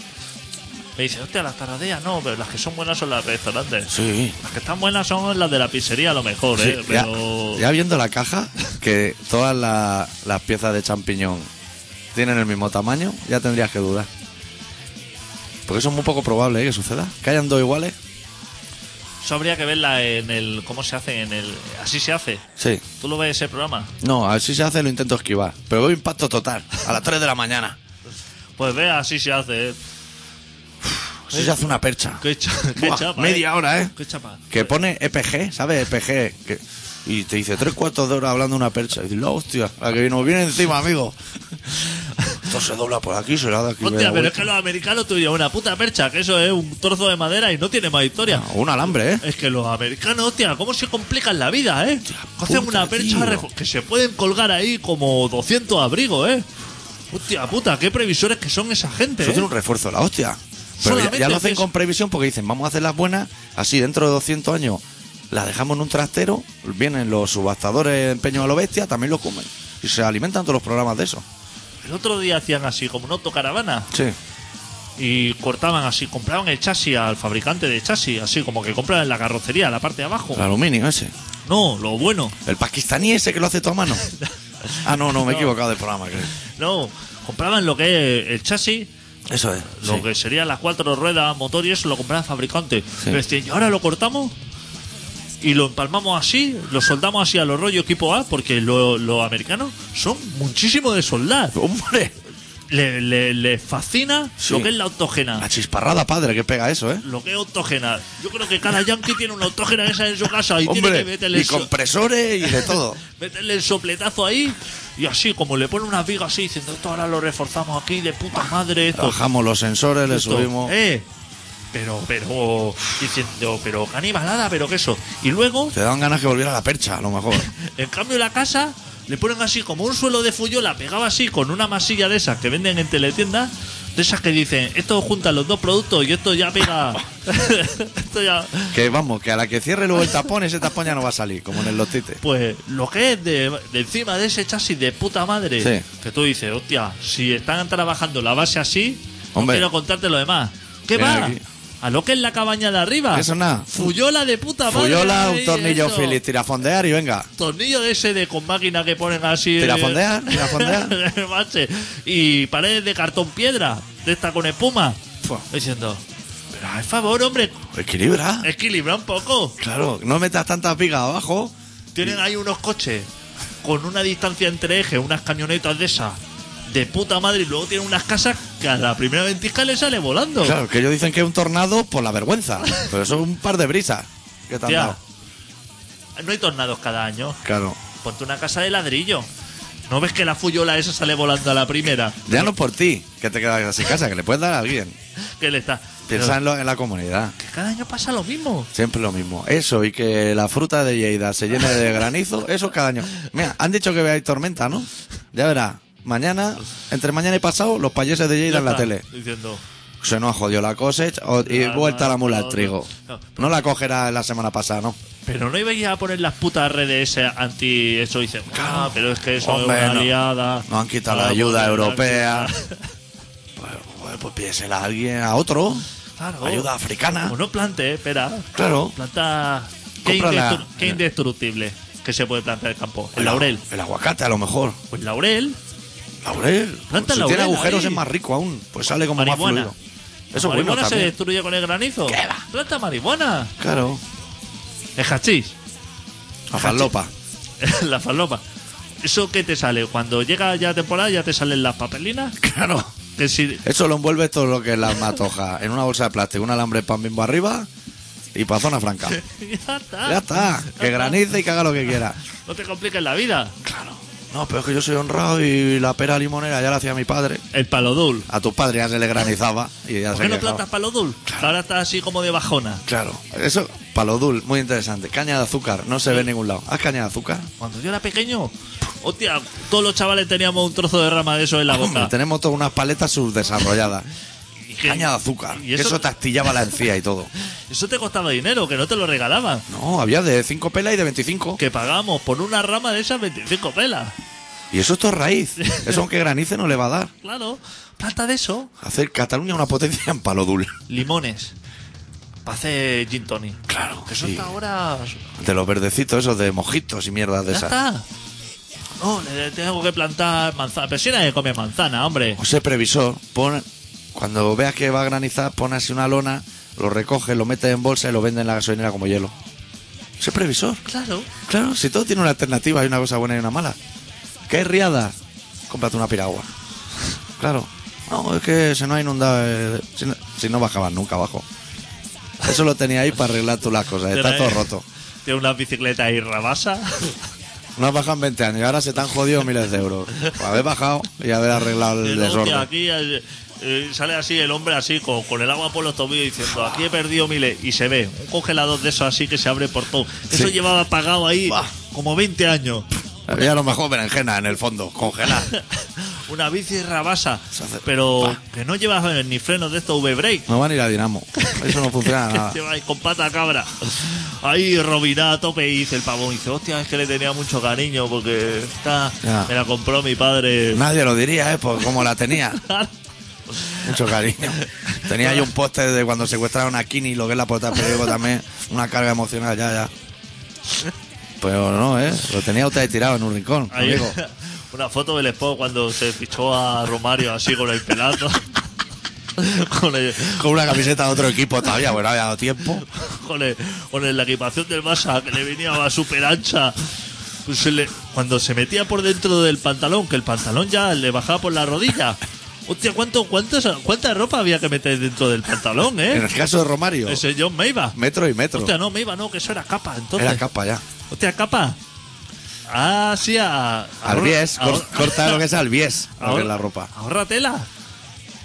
Speaker 2: me dice, hostia, las taradeas no, pero las que son buenas son las de restaurantes.
Speaker 1: Sí.
Speaker 2: Las que están buenas son las de la pizzería a lo mejor, ¿eh?
Speaker 1: ya,
Speaker 2: pero
Speaker 1: ya viendo la caja, que todas la- las piezas de champiñón tienen el mismo tamaño, ya tendrías que dudar. Porque eso es muy poco probable ¿eh? que suceda. Que hayan dos iguales.
Speaker 2: eso habría que verla en el, ¿cómo se hace? en el Así se hace.
Speaker 1: Sí.
Speaker 2: ¿Tú lo ves ese programa?
Speaker 1: No, a ver si se hace, lo intento esquivar. Pero veo impacto total, a las 3 de la mañana.
Speaker 2: Pues ve, así se hace, ¿eh?
Speaker 1: Si se hace una percha.
Speaker 2: Qué, cha- qué
Speaker 1: Buah,
Speaker 2: chapa, ¿eh?
Speaker 1: media hora, ¿eh?
Speaker 2: Qué chapa.
Speaker 1: Que pone E EPG, ¿sabes? EPG. que- y te dice tres cuartos de hora hablando una percha. Y dices, la hostia, la que nos viene encima, amigo. Esto se dobla por aquí, se la da aquí.
Speaker 2: Hostia,
Speaker 1: media
Speaker 2: pero
Speaker 1: vuelta.
Speaker 2: es que los americanos tuvieron una puta percha, que eso es un trozo de madera y no tiene más historia.
Speaker 1: Un alambre, ¿eh?
Speaker 2: Es que los americanos, hostia, cómo se complican la vida, ¿eh? Hacen
Speaker 1: puta,
Speaker 2: una percha
Speaker 1: tío.
Speaker 2: rejo- que se pueden colgar ahí como 200 abrigos, ¿eh? Hostia puta, qué previsores que son esa gente,
Speaker 1: Eso
Speaker 2: ¿eh?
Speaker 1: tiene un refuerzo, la hostia. Pero ya,
Speaker 2: Solamente
Speaker 1: ya lo hacen
Speaker 2: haces-
Speaker 1: con previsión porque dicen, vamos a hacer las buenas, así dentro de 200 años las dejamos en un trastero, vienen los subastadores de empeño a lo bestia, también lo comen. Y se alimentan todos los programas de eso.
Speaker 2: El otro día hacían así, como una autocaravana,
Speaker 1: Sí.
Speaker 2: y cortaban así, compraban el chasis al fabricante de chasis, así como que compran en la carrocería, la parte de abajo.
Speaker 1: El aluminio ese.
Speaker 2: No, lo bueno.
Speaker 1: El pakistaní ese que lo hace todo a mano. Ah, no, no, me he
Speaker 2: No.
Speaker 1: equivocado del programa, creo.
Speaker 2: No, compraban lo que es el chasis,
Speaker 1: Eso es.
Speaker 2: lo
Speaker 1: sí.
Speaker 2: que serían las cuatro ruedas, motor y eso lo compraba el fabricante. Pero decía, y ahora lo cortamos y lo empalmamos así, lo soldamos así a los rollos equipo A, porque lo- los americanos son muchísimo de soldar.
Speaker 1: Hombre,
Speaker 2: Le- le- Les fascina
Speaker 1: Sí.
Speaker 2: lo que es la autógena.
Speaker 1: la chisparrada padre que pega eso, ¿eh?
Speaker 2: Lo que es autógena. Yo creo que cada yankee tiene una autógena esa en su casa y tiene que
Speaker 1: Hombre,
Speaker 2: meterle,
Speaker 1: y
Speaker 2: el so-
Speaker 1: compresores y de todo.
Speaker 2: meterle el sopletazo ahí. Y así, como le pone unas vigas así, diciendo, esto ahora lo reforzamos aquí, de puta madre, esto.
Speaker 1: Bajamos los sensores, le
Speaker 2: Esto,
Speaker 1: subimos.
Speaker 2: eh, pero, pero, diciendo, pero canibalada, pero que eso. Y luego,
Speaker 1: Te dan ganas que volviera a la percha, a lo mejor.
Speaker 2: en cambio, la casa le ponen así como un suelo de fuyola pegado así con una masilla de esas que venden en teletienda. De esas que dicen, esto junta los dos productos y esto ya pega. esto ya.
Speaker 1: Que vamos, que a la que cierre luego el tapón, ese tapón ya no va a salir, como en el lotite.
Speaker 2: Pues lo que es de, de encima de ese chasis de puta madre,
Speaker 1: Sí.
Speaker 2: que tú dices, hostia, si están trabajando la base así,
Speaker 1: Hombre.
Speaker 2: no quiero contarte lo demás. ¿Qué
Speaker 1: Mira
Speaker 2: va?
Speaker 1: aquí.
Speaker 2: A lo que es la cabaña de arriba.
Speaker 1: Eso nada.
Speaker 2: Fuyola de puta madre.
Speaker 1: Fuyola, un
Speaker 2: ahí,
Speaker 1: tornillo
Speaker 2: eso.
Speaker 1: Phillips, tirafondear y venga.
Speaker 2: Tornillo de ese de con máquina que ponen así.
Speaker 1: Tirafondear, tirafondear.
Speaker 2: Mache. y paredes de cartón piedra, de esta con espuma.
Speaker 1: Fua.
Speaker 2: Diciendo, pero al favor, hombre,
Speaker 1: Equilibra.
Speaker 2: Eh. equilibra un poco.
Speaker 1: Claro, no metas tantas vigas abajo.
Speaker 2: Tienen ahí unos coches con una distancia entre ejes, unas camionetas de esas, de puta madre, y luego tienen unas casas que a la primera ventisca le sale volando.
Speaker 1: Claro, que ellos dicen que es un tornado por la vergüenza. Pero eso es un par de brisas. ¿Qué tal?
Speaker 2: Hostia, no hay tornados cada año.
Speaker 1: Claro.
Speaker 2: Ponte una casa de ladrillo. ¿No ves que la fuyola esa sale volando a la primera?
Speaker 1: Ya no por ti, que te quedas sin casa, que le puedes dar a alguien.
Speaker 2: Que le está. Pero
Speaker 1: Piensa en, lo- en la comunidad.
Speaker 2: que cada año pasa lo mismo.
Speaker 1: Siempre lo mismo. Eso y que la fruta de Lleida se llene de granizo, eso cada año. Mira, han dicho que veáis tormenta, ¿no? Ya verás. Mañana, entre mañana y pasado, los payeses de Lleida en la
Speaker 2: Está
Speaker 1: tele.
Speaker 2: Diciendo.
Speaker 1: Se nos ha jodido la cosecha o- y
Speaker 2: Claro,
Speaker 1: vuelta la mula
Speaker 2: no,
Speaker 1: al trigo.
Speaker 2: no,
Speaker 1: No la cogerá la semana pasada, ¿no?
Speaker 2: Pero no ibais a poner las putas redes esas anti eso dicen, ah, pero es que eso
Speaker 1: Hombre,
Speaker 2: es una
Speaker 1: no.
Speaker 2: aliada.
Speaker 1: Nos han quitado la
Speaker 2: Ah,
Speaker 1: ayuda
Speaker 2: porque-
Speaker 1: europea. pues pídesela a alguien, a otro.
Speaker 2: Claro.
Speaker 1: Ayuda africana.
Speaker 2: O Pues no plante, espera.
Speaker 1: Claro.
Speaker 2: Planta. ¿Qué,
Speaker 1: Cómprala.
Speaker 2: indestructible, qué indestructible que se puede plantar en el campo? El
Speaker 1: El
Speaker 2: laurel.
Speaker 1: a- El aguacate, a lo mejor.
Speaker 2: Pues laurel.
Speaker 1: Laurel.
Speaker 2: Planta
Speaker 1: si
Speaker 2: laurel
Speaker 1: tiene agujeros
Speaker 2: ahí.
Speaker 1: es más rico aún. Pues sale como
Speaker 2: Marihuana.
Speaker 1: más fluido. Eso es
Speaker 2: marihuana
Speaker 1: bueno
Speaker 2: se
Speaker 1: también.
Speaker 2: destruye con el granizo.
Speaker 1: ¿Qué va?
Speaker 2: Planta marihuana.
Speaker 1: Claro.
Speaker 2: El hachís.
Speaker 1: A falopa.
Speaker 2: la falopa. ¿Eso qué te sale? Cuando llega ya temporada ya te salen las papelinas.
Speaker 1: Claro.
Speaker 2: Que si
Speaker 1: Eso lo envuelve todo lo que es la matoja. En una bolsa de plástico, un alambre de pan bimbo arriba y para zona franca.
Speaker 2: ya está.
Speaker 1: Ya está. Que granice y que haga lo que quiera.
Speaker 2: No te compliques la vida.
Speaker 1: Claro. No, pero es que yo soy honrado y la pera limonera ya la hacía mi padre.
Speaker 2: El palodul.
Speaker 1: A tus padres ya se le granizaba y ya
Speaker 2: ¿Por
Speaker 1: se
Speaker 2: qué no
Speaker 1: quejaba.
Speaker 2: plantas palodul? Ahora está así como de bajona.
Speaker 1: Claro. Eso, palodul, muy interesante. Caña de azúcar, no se ve en ningún lado. ¿Has caña de azúcar?
Speaker 2: Cuando yo era pequeño, hostia, todos los chavales teníamos un trozo de rama de eso en la
Speaker 1: Hombre,
Speaker 2: boca.
Speaker 1: tenemos todas unas paletas subdesarrolladas. Y
Speaker 2: ¿Qué?
Speaker 1: caña de azúcar.
Speaker 2: ¿Y
Speaker 1: que
Speaker 2: eso-
Speaker 1: eso te astillaba la encía y todo.
Speaker 2: Eso te costaba dinero, que no te lo regalaban.
Speaker 1: No, había de 5 pelas y de 25.
Speaker 2: Que pagamos por una rama de esas 25 pelas.
Speaker 1: Y eso es todo raíz. Eso aunque granice no le va a dar.
Speaker 2: Claro, planta de eso.
Speaker 1: Hacer Cataluña una potencia en palodul.
Speaker 2: Limones. Para hacer gin tonic.
Speaker 1: Claro.
Speaker 2: Que son
Speaker 1: sí.
Speaker 2: ahora.
Speaker 1: De los verdecitos esos de mojitos y mierdas de
Speaker 2: Ya
Speaker 1: esas.
Speaker 2: está. No, le tengo que plantar manzana. Pero si nadie come manzana, hombre.
Speaker 1: José Previsor, pon, cuando veas que va a granizar, pon así una lona, lo recoge, lo mete en bolsa y lo vende en la gasolinera como hielo. José Previsor.
Speaker 2: Claro.
Speaker 1: Claro, si todo tiene una alternativa, hay una cosa buena y una mala. ¿Qué hay riada? Cómprate una piragua. Claro. No, es que se nos ha inundado. eh, si, no, si no bajaban nunca abajo. Eso lo tenía ahí para arreglar tú las cosas. Está todo roto.
Speaker 2: Tiene una bicicleta ahí rabasa.
Speaker 1: No has bajado en 20 años y ahora se te han jodido miles de euros. Por haber bajado y haber arreglado
Speaker 2: Y
Speaker 1: el
Speaker 2: luego, hostia,
Speaker 1: desorden.
Speaker 2: aquí eh, eh, sale así el hombre así con, con el agua por los tobillos diciendo aquí he perdido miles y se ve un congelador de eso así que se abre por todo. Eso
Speaker 1: Sí.
Speaker 2: llevaba apagado ahí
Speaker 1: Buah.
Speaker 2: como 20 años.
Speaker 1: Había a lo mejor berenjena en el fondo, congelada.
Speaker 2: Una bici rabasa,
Speaker 1: Se hace-
Speaker 2: pero
Speaker 1: Buah.
Speaker 2: que no llevas eh, ni frenos de estos V-brake.
Speaker 1: No van a ir a Dinamo. Eso no funciona nada.
Speaker 2: Te vais con pata cabra. Ahí Robiná a tope y dice el pavón. Dice, hostia, es que le tenía mucho cariño porque esta
Speaker 1: Ya.
Speaker 2: me la compró mi padre.
Speaker 1: Nadie lo diría, ¿eh? Por cómo la tenía. Mucho cariño. Tenía yo un póster de cuando secuestraron a Kini, lo que es la portada del periódico también. Una carga emocional, ya, ya. Pero no, ¿eh? Lo tenía usted ahí tirado en un rincón,
Speaker 2: Ahí,
Speaker 1: amigo.
Speaker 2: una foto del Expo cuando se fichó a Romario así con el pelazo. con, el-
Speaker 1: Con una camiseta de otro equipo todavía, bueno, había dado tiempo.
Speaker 2: con el- con el- la equipación del Barça que le venía súper ancha. Pues se le- cuando se metía por dentro del pantalón, que el pantalón ya le bajaba por la rodilla. Hostia, ¿cuánto, cuántas, ¿cuánta ropa había que meter dentro del pantalón, eh?
Speaker 1: En el caso de Romario,
Speaker 2: Ese John Meiba.
Speaker 1: metro y metro.
Speaker 2: Hostia, no, Meiba no, que eso era capa, entonces.
Speaker 1: Era capa ya.
Speaker 2: Hostia, capa. Ah, sí, a. a-
Speaker 1: Al bies,
Speaker 2: ahorra-
Speaker 1: cor- corta lo que es al bies, lo que es la ropa.
Speaker 2: Ahorra tela.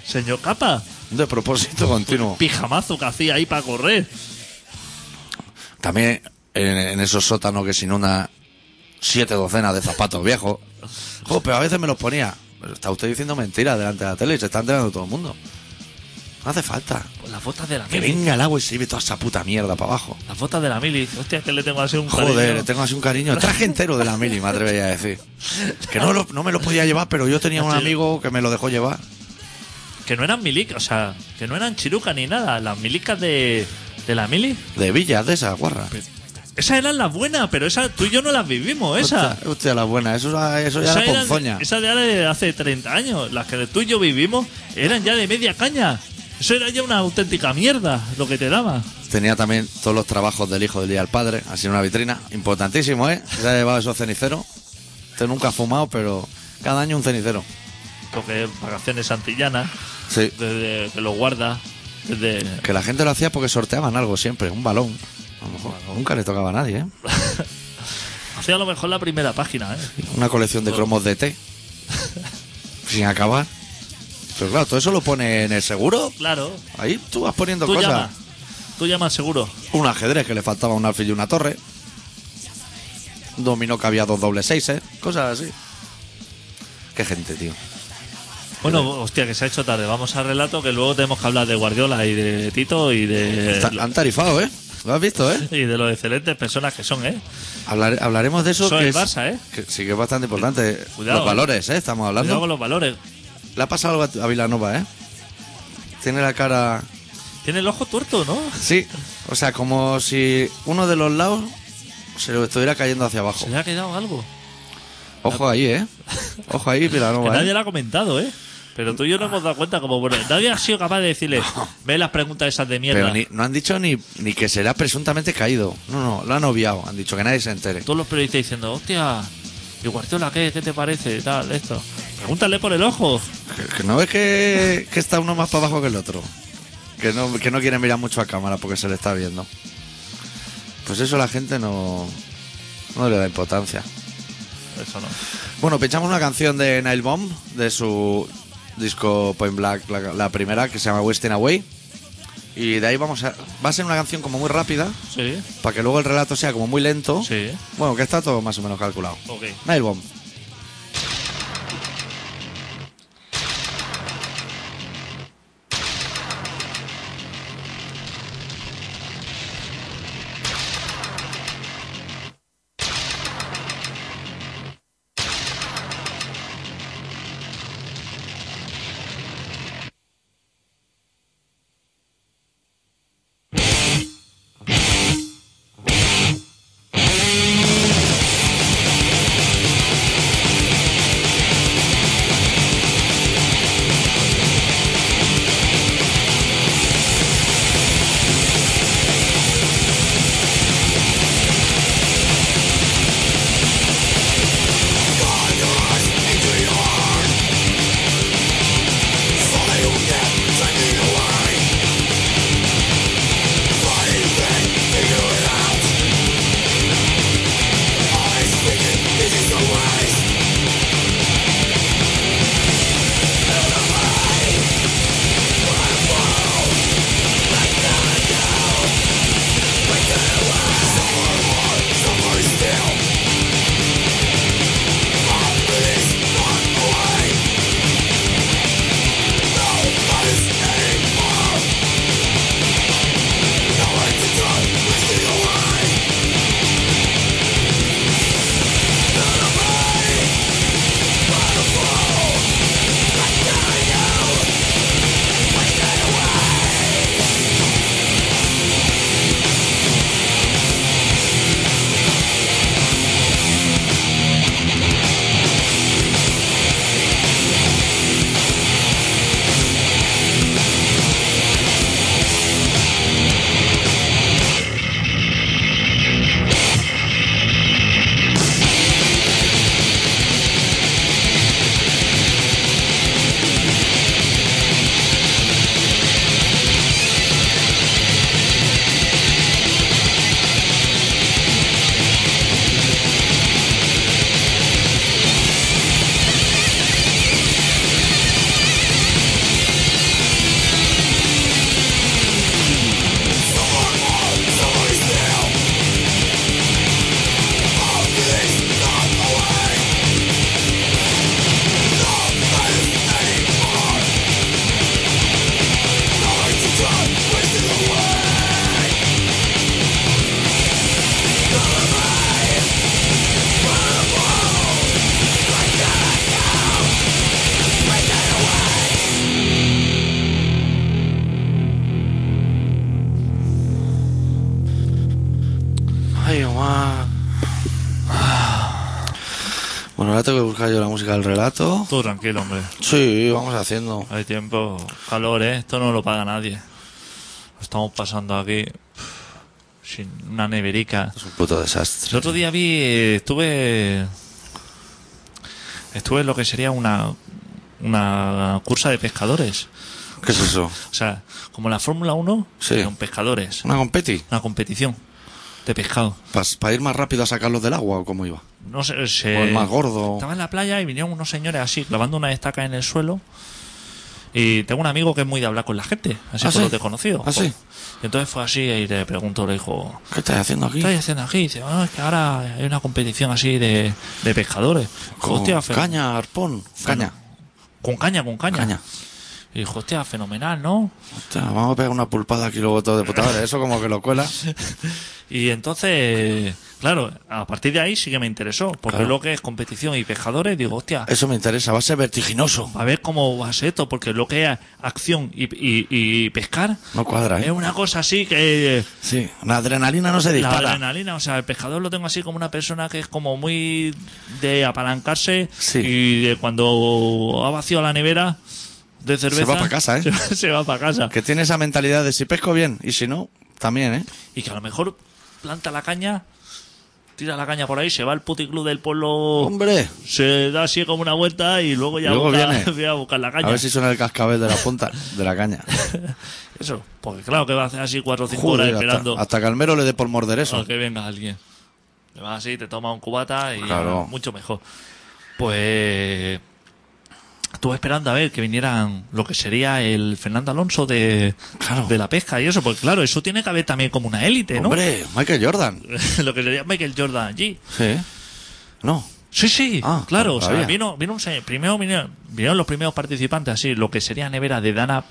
Speaker 2: Señor capa.
Speaker 1: Un De propósito continuo.
Speaker 2: Pijamazo que hacía ahí para correr.
Speaker 1: También en, en esos sótanos que se inunda siete docenas de zapatos viejos. Jo, pero a veces me los ponía. Pero está usted diciendo mentiras delante de la tele y se está enterando todo el mundo. No hace falta.
Speaker 2: Con las botas de la
Speaker 1: Que
Speaker 2: mili.
Speaker 1: venga el agua y se lleve toda esa puta mierda para abajo.
Speaker 2: Las botas de la mili. Hostia, que le tengo así un
Speaker 1: Joder, le
Speaker 2: cariño.
Speaker 1: tengo así un cariño. El traje entero de la mili, me atrevería a decir. Que no, lo- no me lo podía llevar, pero yo tenía un amigo que me lo dejó llevar.
Speaker 2: Que no eran milicas, o sea, que no eran chirucas ni nada. Las milicas de, de la mili.
Speaker 1: De villas, de esas guarras.
Speaker 2: Pues, Esas eran las buenas, pero esas tú y yo no las vivimos, esas.
Speaker 1: Hostia, hostia, la buena. Eso, era- eso ya
Speaker 2: Esas
Speaker 1: era
Speaker 2: eran-
Speaker 1: ponzoña.
Speaker 2: esas de ahora de hace 30 años, las que tú y yo vivimos, eran ya de media caña. Eso era ya una auténtica mierda lo que te daba.
Speaker 1: Tenía también todos los trabajos del hijo del día del padre, así en una vitrina. Importantísimo, ¿eh? Se ha llevado esos ceniceros. Usted nunca ha fumado, pero cada año un cenicero.
Speaker 2: Porque vacaciones santillanas,
Speaker 1: Sí.
Speaker 2: desde que lo guardas, desde.
Speaker 1: Que la gente lo hacía porque sorteaban algo siempre, un balón. A lo mejor nunca le tocaba a nadie, ¿eh?
Speaker 2: Hacía a lo mejor la primera página, ¿eh?
Speaker 1: Una colección de cromos de té. Sin acabar. Pero claro, todo eso lo pone en el seguro.
Speaker 2: Claro.
Speaker 1: Ahí tú vas poniendo
Speaker 2: Tú
Speaker 1: cosas.
Speaker 2: llamas. Tú llamas seguro.
Speaker 1: Un ajedrez que le faltaba un alfil y una torre. Un dominó que había dos dobles seis, ¿eh? Cosas así. Qué gente, tío. Eh.
Speaker 2: Bueno, hostia, que se ha hecho tarde. Vamos al relato que luego tenemos que hablar de Guardiola y de Tito y de.
Speaker 1: Está- han tarifado, ¿eh? Lo has visto, ¿eh?
Speaker 2: Y de los excelentes personas que son, ¿eh?
Speaker 1: Hablar- hablaremos de eso.
Speaker 2: Soy
Speaker 1: que es-
Speaker 2: el Barça, ¿eh?
Speaker 1: que sí que es bastante importante.
Speaker 2: Cuidado,
Speaker 1: Los valores, ¿eh? Estamos hablando.
Speaker 2: Cuidado con los valores.
Speaker 1: Le ha pasado algo a tu- a Vilanova, ¿eh? Tiene la cara.
Speaker 2: Tiene el ojo tuerto, ¿no?
Speaker 1: Sí. O sea, como si uno de los lados se lo estuviera cayendo hacia abajo.
Speaker 2: Se le ha quedado algo.
Speaker 1: Ojo ahí, ¿eh? Ojo ahí,
Speaker 2: que
Speaker 1: Pilanova.
Speaker 2: nadie
Speaker 1: ¿eh?
Speaker 2: lo ha comentado, ¿eh? Pero tú y yo no hemos dado cuenta como bueno, nadie ha sido capaz de decirle, ve las preguntas esas de mierda.
Speaker 1: Pero ni- no han dicho ni, ni que será presuntamente caído. No, no, lo han obviado. Han dicho que nadie se entere.
Speaker 2: Todos los periodistas diciendo, hostia, ¿y Guardiola qué? ¿Qué te parece? Tal, esto. Pregúntale por el ojo.
Speaker 1: Que- que no es que, que está uno más para abajo que el otro. Que no, que no quiere mirar mucho a cámara porque se le está viendo. Pues eso la gente no, no le da importancia.
Speaker 2: Eso no.
Speaker 1: Bueno, pinchamos una canción de Nile Bomb, de su disco Point Black, la, la primera, que se llama Wasting Away. Y de ahí vamos a. Va a ser una canción como muy rápida,
Speaker 2: Sí,
Speaker 1: para que luego el relato sea como muy lento.
Speaker 2: sí.
Speaker 1: Bueno, que está todo más o menos calculado.
Speaker 2: Ok.
Speaker 1: Nile Bomb. Ay, mamá. Bueno, ahora tengo que buscar yo la música del relato.
Speaker 2: Tú tranquilo, hombre.
Speaker 1: Sí, vamos haciendo.
Speaker 2: Hay tiempo, calor, ¿eh? Esto no lo paga nadie. Lo estamos pasando aquí sin una neverica.
Speaker 1: Es un puto desastre.
Speaker 2: El otro día vi, eh, estuve, estuve en lo que sería una, una cursa de pescadores.
Speaker 1: ¿Qué es eso?
Speaker 2: O sea, como la Fórmula 1,
Speaker 1: Sí.
Speaker 2: pero en pescadores.
Speaker 1: ¿Una competi?
Speaker 2: Una competición de pescado.
Speaker 1: ¿Para ir más rápido a sacarlos del agua o cómo iba?
Speaker 2: No sé,
Speaker 1: ¿O
Speaker 2: se-
Speaker 1: el Pues más gordo?
Speaker 2: Estaba en la playa y vinieron unos señores así, clavando una estaca en el suelo. Y tengo un amigo que es muy de hablar con la gente, así
Speaker 1: ¿Ah,
Speaker 2: por
Speaker 1: sí?
Speaker 2: los desconocidos.
Speaker 1: ¿Ah, sí?
Speaker 2: Y entonces fue así y le preguntó, le dijo,
Speaker 1: ¿Qué estás haciendo
Speaker 2: ¿Qué
Speaker 1: aquí?
Speaker 2: estáis haciendo aquí? Dice, "Ah, es que ahora hay una competición así de, de pescadores.
Speaker 1: Con
Speaker 2: Hostia, Fer-
Speaker 1: caña, arpón, caña,
Speaker 2: Con caña, con caña.
Speaker 1: caña.
Speaker 2: Y dijo, hostia, fenomenal, ¿no?
Speaker 1: Hostia, vamos a pegar una pulpada aquí luego todo de puta madre. Eso como que lo cuela.
Speaker 2: Y entonces, claro, a partir de ahí sí que me interesó, porque
Speaker 1: Claro.
Speaker 2: lo que es competición y pescadores, digo, hostia,
Speaker 1: Eso me interesa, va a ser vertiginoso.
Speaker 2: a ver cómo va a ser esto, porque lo que es acción y, y- y pescar
Speaker 1: No cuadra,
Speaker 2: es
Speaker 1: ¿eh?
Speaker 2: una cosa así que eh,
Speaker 1: Sí, la adrenalina no se
Speaker 2: la
Speaker 1: dispara.
Speaker 2: adrenalina, o sea, el pescador lo tengo así como una persona que es como muy de apalancarse
Speaker 1: Sí.
Speaker 2: y de cuando ha vaciado la nevera de cerveza
Speaker 1: va pa' casa, ¿eh?
Speaker 2: Se, va- se va para casa.
Speaker 1: Que tiene esa mentalidad de si pesco bien y si no, también, ¿eh?
Speaker 2: Y que a lo mejor planta la caña, tira la caña por ahí, se va al puticlub del pueblo,
Speaker 1: ¡Hombre!
Speaker 2: se da así como una vuelta y luego ya
Speaker 1: Luego
Speaker 2: busca-
Speaker 1: viene.
Speaker 2: viene a buscar la caña.
Speaker 1: A ver si suena el cascabel de la punta de la caña.
Speaker 2: Eso, porque claro que va a hacer así cuatro o cinco
Speaker 1: Joder,
Speaker 2: horas esperando
Speaker 1: hasta, hasta que Almero le dé por morder eso.
Speaker 2: a que venga alguien. Le vas así, te toma un cubata y
Speaker 1: Claro.
Speaker 2: mucho mejor. Pues estuve esperando a ver que vinieran lo que sería el Fernando Alonso de,
Speaker 1: Claro.
Speaker 2: de la pesca y eso, porque claro, eso tiene que haber también como una élite, ¿no?
Speaker 1: ¡Hombre! Michael Jordan.
Speaker 2: lo que sería Michael Jordan allí.
Speaker 1: Sí. No.
Speaker 2: Sí, sí,
Speaker 1: Ah,
Speaker 2: claro. O sea,
Speaker 1: todavía.
Speaker 2: vino, vino un se- primero vinieron, vinieron los primeros participantes, así, lo que sería nevera de Dana.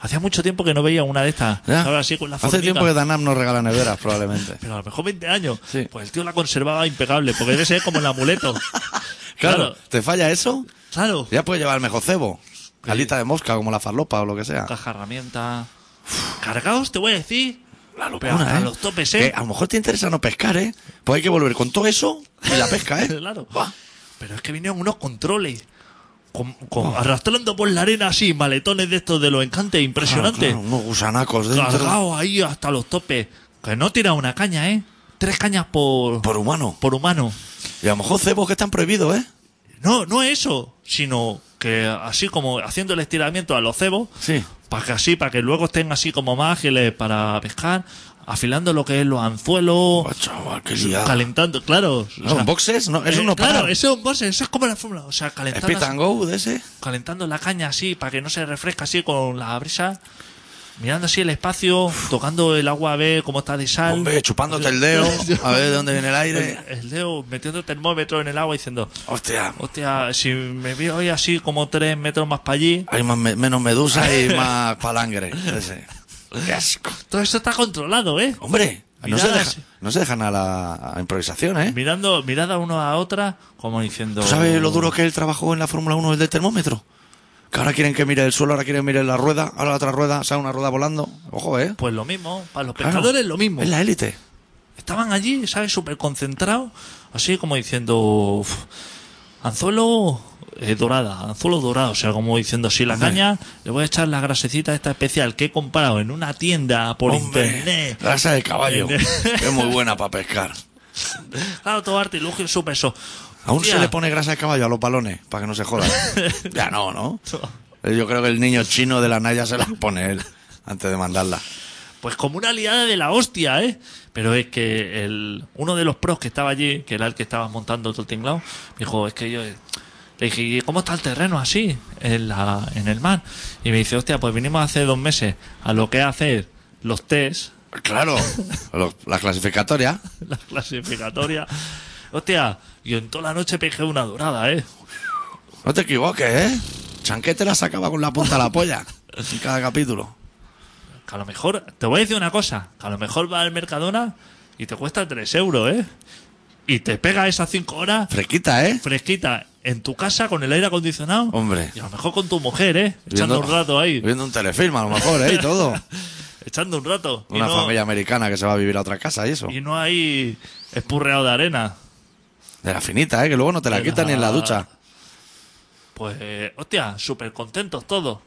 Speaker 2: Hacía mucho tiempo que no veía una de estas.
Speaker 1: Ya.
Speaker 2: Ahora sí, con la
Speaker 1: Hace
Speaker 2: formica.
Speaker 1: tiempo que Danam nos regala neveras, probablemente.
Speaker 2: Pero a lo mejor 20 años.
Speaker 1: Sí.
Speaker 2: Pues el tío la conservaba impecable, porque debe ser como el amuleto.
Speaker 1: Claro,
Speaker 2: Claro.
Speaker 1: ¿te falla eso?
Speaker 2: claro.
Speaker 1: Ya puedes llevar mejor cebo. Alita de mosca, como la farlopa o lo que sea.
Speaker 2: Caja herramienta. Cargados, te voy a decir. La
Speaker 1: Una, ¿eh?
Speaker 2: los topes, ¿eh?
Speaker 1: Que a lo mejor te interesa no pescar, ¿eh? Pues hay que volver con todo eso y la pesca, ¿eh?
Speaker 2: Claro. Pero es que vinieron unos controles. con- con- arrastrando por la arena así, maletones de estos de los encantes,
Speaker 1: Claro,
Speaker 2: impresionante.
Speaker 1: claro, unos gusanacos dentro.
Speaker 2: cargado ahí hasta los topes. Que no tira una caña, ¿eh? Tres cañas por, por,
Speaker 1: Por humano.
Speaker 2: humano.
Speaker 1: Y a lo mejor cebos que están prohibidos, ¿eh?
Speaker 2: No, no es eso, sino que así como haciendo el estiramiento a los cebos,
Speaker 1: Sí.
Speaker 2: para que así, para que luego estén así como más ágiles para pescar, afilando lo que es los anzuelos,
Speaker 1: Buah, Oh, chaval, qué liada.
Speaker 2: calentando, claro. o
Speaker 1: No,
Speaker 2: sea,
Speaker 1: ¿en boxes? No, eso
Speaker 2: eh,
Speaker 1: no
Speaker 2: claro,
Speaker 1: para.
Speaker 2: eso es un boss, eso es como la fórmula, o sea,
Speaker 1: ¿Es
Speaker 2: calentando,
Speaker 1: pit and go de ese?
Speaker 2: calentando la caña así, para que no se refresca así con la brisa, mirando así el espacio, tocando el agua a ver cómo está de sal.
Speaker 1: Hombre, chupándote el dedo, a ver de dónde viene el aire.
Speaker 2: El dedo metiendo termómetro en el agua diciendo,
Speaker 1: Hostia,
Speaker 2: hostia, si me vi hoy así como tres metros más para allí,
Speaker 1: hay más me- menos medusa y más palangre. Ese. Qué asco.
Speaker 2: todo esto está controlado, ¿eh?
Speaker 1: Hombre, no
Speaker 2: Mirad
Speaker 1: se, deja,
Speaker 2: así.
Speaker 1: no se dejan a la a improvisación, ¿eh?
Speaker 2: Mirando, mirada uno a otra, como diciendo.
Speaker 1: ¿Tú sabes lo duro que él trabajó en la Fórmula 1 el del termómetro? Que ahora quieren que mire el suelo, ahora quieren que mire la rueda, ahora la otra rueda, sale una rueda volando. Ojo, ¿eh?
Speaker 2: Pues lo mismo, para los
Speaker 1: Claro.
Speaker 2: pescadores lo mismo.
Speaker 1: Es la élite.
Speaker 2: Estaban allí, ¿sabes? Súper concentrados, así como diciendo. "Uf, anzuelo eh, dorada, anzuelo dorado, o sea, como diciendo así la
Speaker 1: Hombre.
Speaker 2: caña, le voy a echar la grasecita esta especial que he comprado en una tienda por internet.
Speaker 1: grasa de caballo. es muy buena para pescar.
Speaker 2: Claro, todo artilugio súper eso.
Speaker 1: Aún
Speaker 2: Hostia.
Speaker 1: se le pone grasa de caballo a los balones, para que no se jodan. ya no, ¿no? Yo creo que el niño chino de la Naya se la pone él antes de mandarla.
Speaker 2: Pues como una liada de la hostia, ¿eh? Pero es que el, uno de los pros que estaba allí, que era el que estaba montando todo el tinglado, me dijo, es que yo... eh, Le dije, "¿Y ¿cómo está el terreno así en, la, en el mar? Y me dice, hostia, pues vinimos hace dos meses a lo que es hacer los test,
Speaker 1: Claro, lo- la clasificatoria.
Speaker 2: la clasificatoria. Hostia, yo en toda la noche pegué una dorada, ¿eh?
Speaker 1: No te equivoques, ¿eh? Chanquete la sacaba con la punta de la polla en cada capítulo.
Speaker 2: Que a lo mejor, te voy a decir una cosa, que a lo mejor va al Mercadona y te cuesta tres euros, ¿eh? Y te pega esas cinco horas
Speaker 1: Fresquita, ¿eh?
Speaker 2: fresquita en tu casa con el aire acondicionado.
Speaker 1: Hombre.
Speaker 2: Y a lo mejor con tu mujer, ¿eh? Echando
Speaker 1: Viendo-
Speaker 2: un rato ahí.
Speaker 1: Viendo un telefilm, a lo mejor, ¿eh? Y todo.
Speaker 2: Echando un rato.
Speaker 1: Una
Speaker 2: y no,
Speaker 1: familia americana que se va a vivir a otra casa y eso.
Speaker 2: Y no hay espurreado de arena.
Speaker 1: De la finita, ¿eh? Que luego no te la
Speaker 2: De
Speaker 1: quitan ni en la
Speaker 2: la-
Speaker 1: ducha.
Speaker 2: Pues, eh, hostia, súper contentos todos.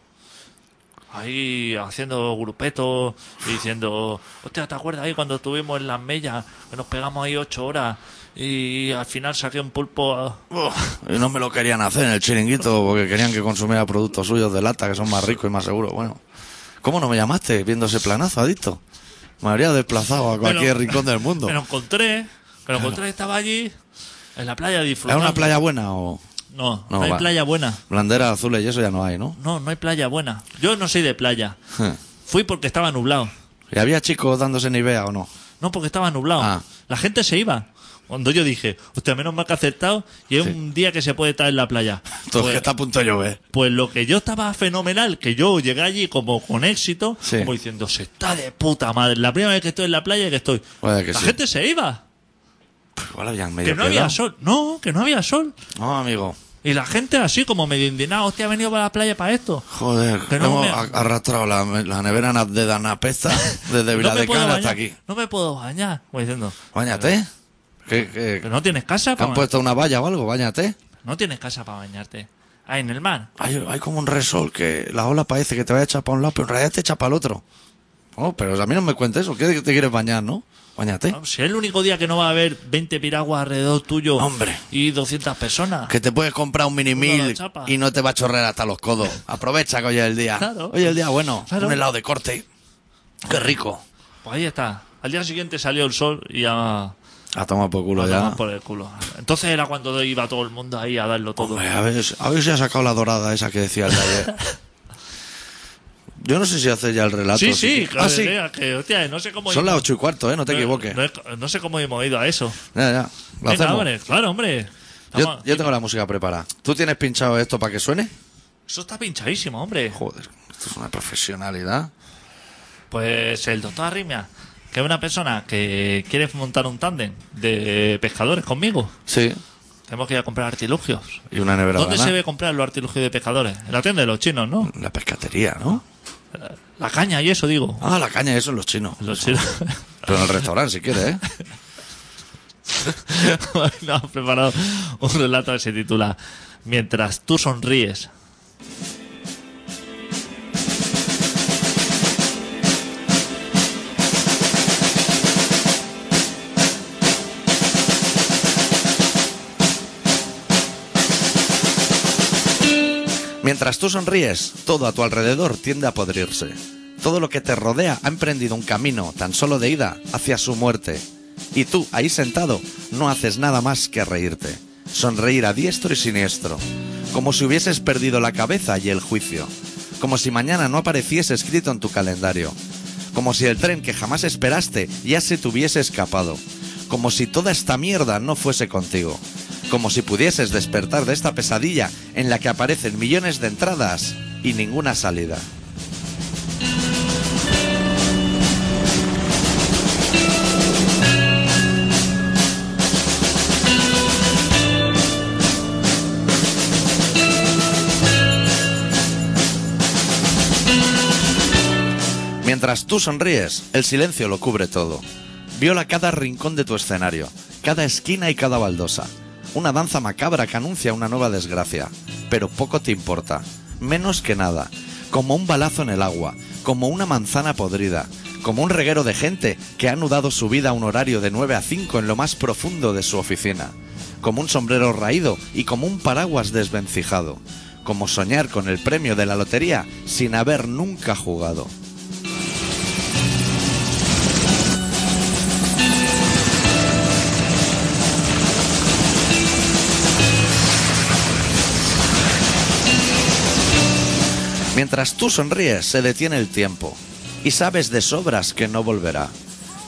Speaker 2: Ahí haciendo grupetos y diciendo, hostia, ¿te acuerdas ahí cuando estuvimos en las mellas? Que nos pegamos ahí ocho horas y al final saqué un pulpo. a-
Speaker 1: Uf, Oh, y no me lo querían hacer en el chiringuito porque querían que consumiera productos suyos de lata que son más ricos y más seguros. Bueno, ¿cómo no me llamaste viendo ese planazo, adicto? Me habría desplazado a cualquier
Speaker 2: Pero-
Speaker 1: rincón del mundo.
Speaker 2: Me lo encontré, me lo encontré, estaba allí en la playa
Speaker 1: ¿Es
Speaker 2: disfrutando.
Speaker 1: una playa buena o
Speaker 2: No, no,
Speaker 1: No,
Speaker 2: hay
Speaker 1: va.
Speaker 2: playa buena.
Speaker 1: blanderas azules y eso ya no hay, no?
Speaker 2: No, no hay playa buena. Yo no soy de playa. Fui porque estaba nublado.
Speaker 1: ¿Y había chicos dándose ni idea o no?
Speaker 2: No porque estaba nublado.
Speaker 1: Ah.
Speaker 2: La gente se iba. Cuando yo dije, usted menos mal que ha acertado y es
Speaker 1: Sí.
Speaker 2: un día que se puede estar en la playa.
Speaker 1: Todo
Speaker 2: Pues-
Speaker 1: que está a punto de llover.
Speaker 2: pues lo que yo estaba fenomenal, que yo llegué allí como con éxito,
Speaker 1: Sí.
Speaker 2: como diciendo, se está de puta madre. La primera vez que estoy en la playa que estoy.
Speaker 1: Puede que
Speaker 2: la
Speaker 1: sí.
Speaker 2: gente se iba.
Speaker 1: Pues Igual habían medio
Speaker 2: Que no había
Speaker 1: quedado.
Speaker 2: sol. No, que no había sol.
Speaker 1: No, amigo.
Speaker 2: Y la gente así como medio indignada, hostia, ha venido para la playa para esto.
Speaker 1: Joder,
Speaker 2: Que no
Speaker 1: hemos
Speaker 2: me-
Speaker 1: a- arrastrado la, la nevera na- de Danapesta desde
Speaker 2: No me, puedo
Speaker 1: Viladecán hasta
Speaker 2: bañar,
Speaker 1: aquí.
Speaker 2: no me puedo bañar. Como diciendo,
Speaker 1: Báñate. ¿Qué, qué-
Speaker 2: que no tienes casa
Speaker 1: ¿Te
Speaker 2: para
Speaker 1: han puesto una valla o algo? Báñate.
Speaker 2: No tienes casa para bañarte. Ah, en el mar.
Speaker 1: Hay, hay como un resol que la ola parece que te va a echar para un lado, pero en realidad te echa para el otro. Oh, pero a mí no me cuentes eso. ¿Qué te quieres bañar, no? Báñate.
Speaker 2: No, Si es el único día que no va a haber 20 piraguas alrededor tuyo
Speaker 1: Hombre.
Speaker 2: y 200 personas.
Speaker 1: Que te puedes comprar un mini
Speaker 2: Una
Speaker 1: mil
Speaker 2: chapa.
Speaker 1: y no te va a chorrear hasta los codos. Aprovecha que hoy es el día.
Speaker 2: Claro.
Speaker 1: Hoy es el día bueno.
Speaker 2: Claro.
Speaker 1: Un helado de corte. Qué rico.
Speaker 2: Pues ahí está. Al día siguiente salió el sol y ya...
Speaker 1: A tomar por culo
Speaker 2: Lo
Speaker 1: Pues ya.
Speaker 2: toman por el culo. Entonces era cuando iba todo el mundo ahí a darlo todo.
Speaker 1: Hombre, a ver, a ver si ha sacado la dorada esa que decía el de ayer. Yo no sé si hace ya el relato.
Speaker 2: sí, sí,
Speaker 1: Ah,
Speaker 2: claro,
Speaker 1: sí.
Speaker 2: que- que, hostia, no sé cómo
Speaker 1: Son las
Speaker 2: hemos-
Speaker 1: ocho y cuarto, ¿eh? No te equivoques.
Speaker 2: No, he- no sé cómo hemos ido a eso.
Speaker 1: Ya, ya. Lo
Speaker 2: Venga,
Speaker 1: hacemos.
Speaker 2: hombre, claro, hombre.
Speaker 1: Yo,
Speaker 2: Vamos,
Speaker 1: yo tengo la música preparada. ¿Tú tienes pinchado esto para que suene?
Speaker 2: Eso está pinchadísimo, hombre.
Speaker 1: Joder, esto es una profesionalidad.
Speaker 2: Pues el doctor Arrimia, que es una persona que quiere montar un tándem de pescadores conmigo.
Speaker 1: Sí.
Speaker 2: Tenemos que ir a comprar artilugios.
Speaker 1: Y una nevera
Speaker 2: ¿Dónde
Speaker 1: dana.
Speaker 2: se ve comprar los artilugios de pescadores? En la tienda de los chinos, ¿no?
Speaker 1: La pescatería, ¿no?
Speaker 2: La caña y eso, digo.
Speaker 1: Ah, la caña, eso en los chinos.
Speaker 2: Los chinos.
Speaker 1: Pero en el restaurante, si quieres, ¿eh?
Speaker 2: no, ha preparado un relato que se titula Mientras tú sonríes.
Speaker 1: Mientras tú sonríes, todo a tu alrededor tiende a podrirse. Todo lo que te rodea ha emprendido un camino, tan solo de ida, hacia su muerte. Y tú, ahí sentado, no haces nada más que reírte. Sonreír a diestro y siniestro. Como si hubieses perdido la cabeza y el juicio. Como si mañana no apareciese escrito en tu calendario. Como si el tren que jamás esperaste ya se te hubiese escapado. Como si toda esta mierda no fuese contigo. Como si pudieses despertar de esta pesadilla en la que aparecen millones de entradas y ninguna salida. Mientras tú sonríes, el silencio lo cubre todo. Viola cada rincón de tu escenario, cada esquina y cada baldosa. Una danza macabra que anuncia una nueva desgracia. Pero poco te importa, menos que nada. Como un balazo en el agua, como una manzana podrida, como un reguero de gente que ha anudado su vida a un horario de 9 a 5 en lo más profundo de su oficina. Como un sombrero raído y como un paraguas desvencijado. Como soñar con el premio de la lotería sin haber nunca jugado. Mientras tú sonríes, se detiene el tiempo y sabes de sobras que no volverá.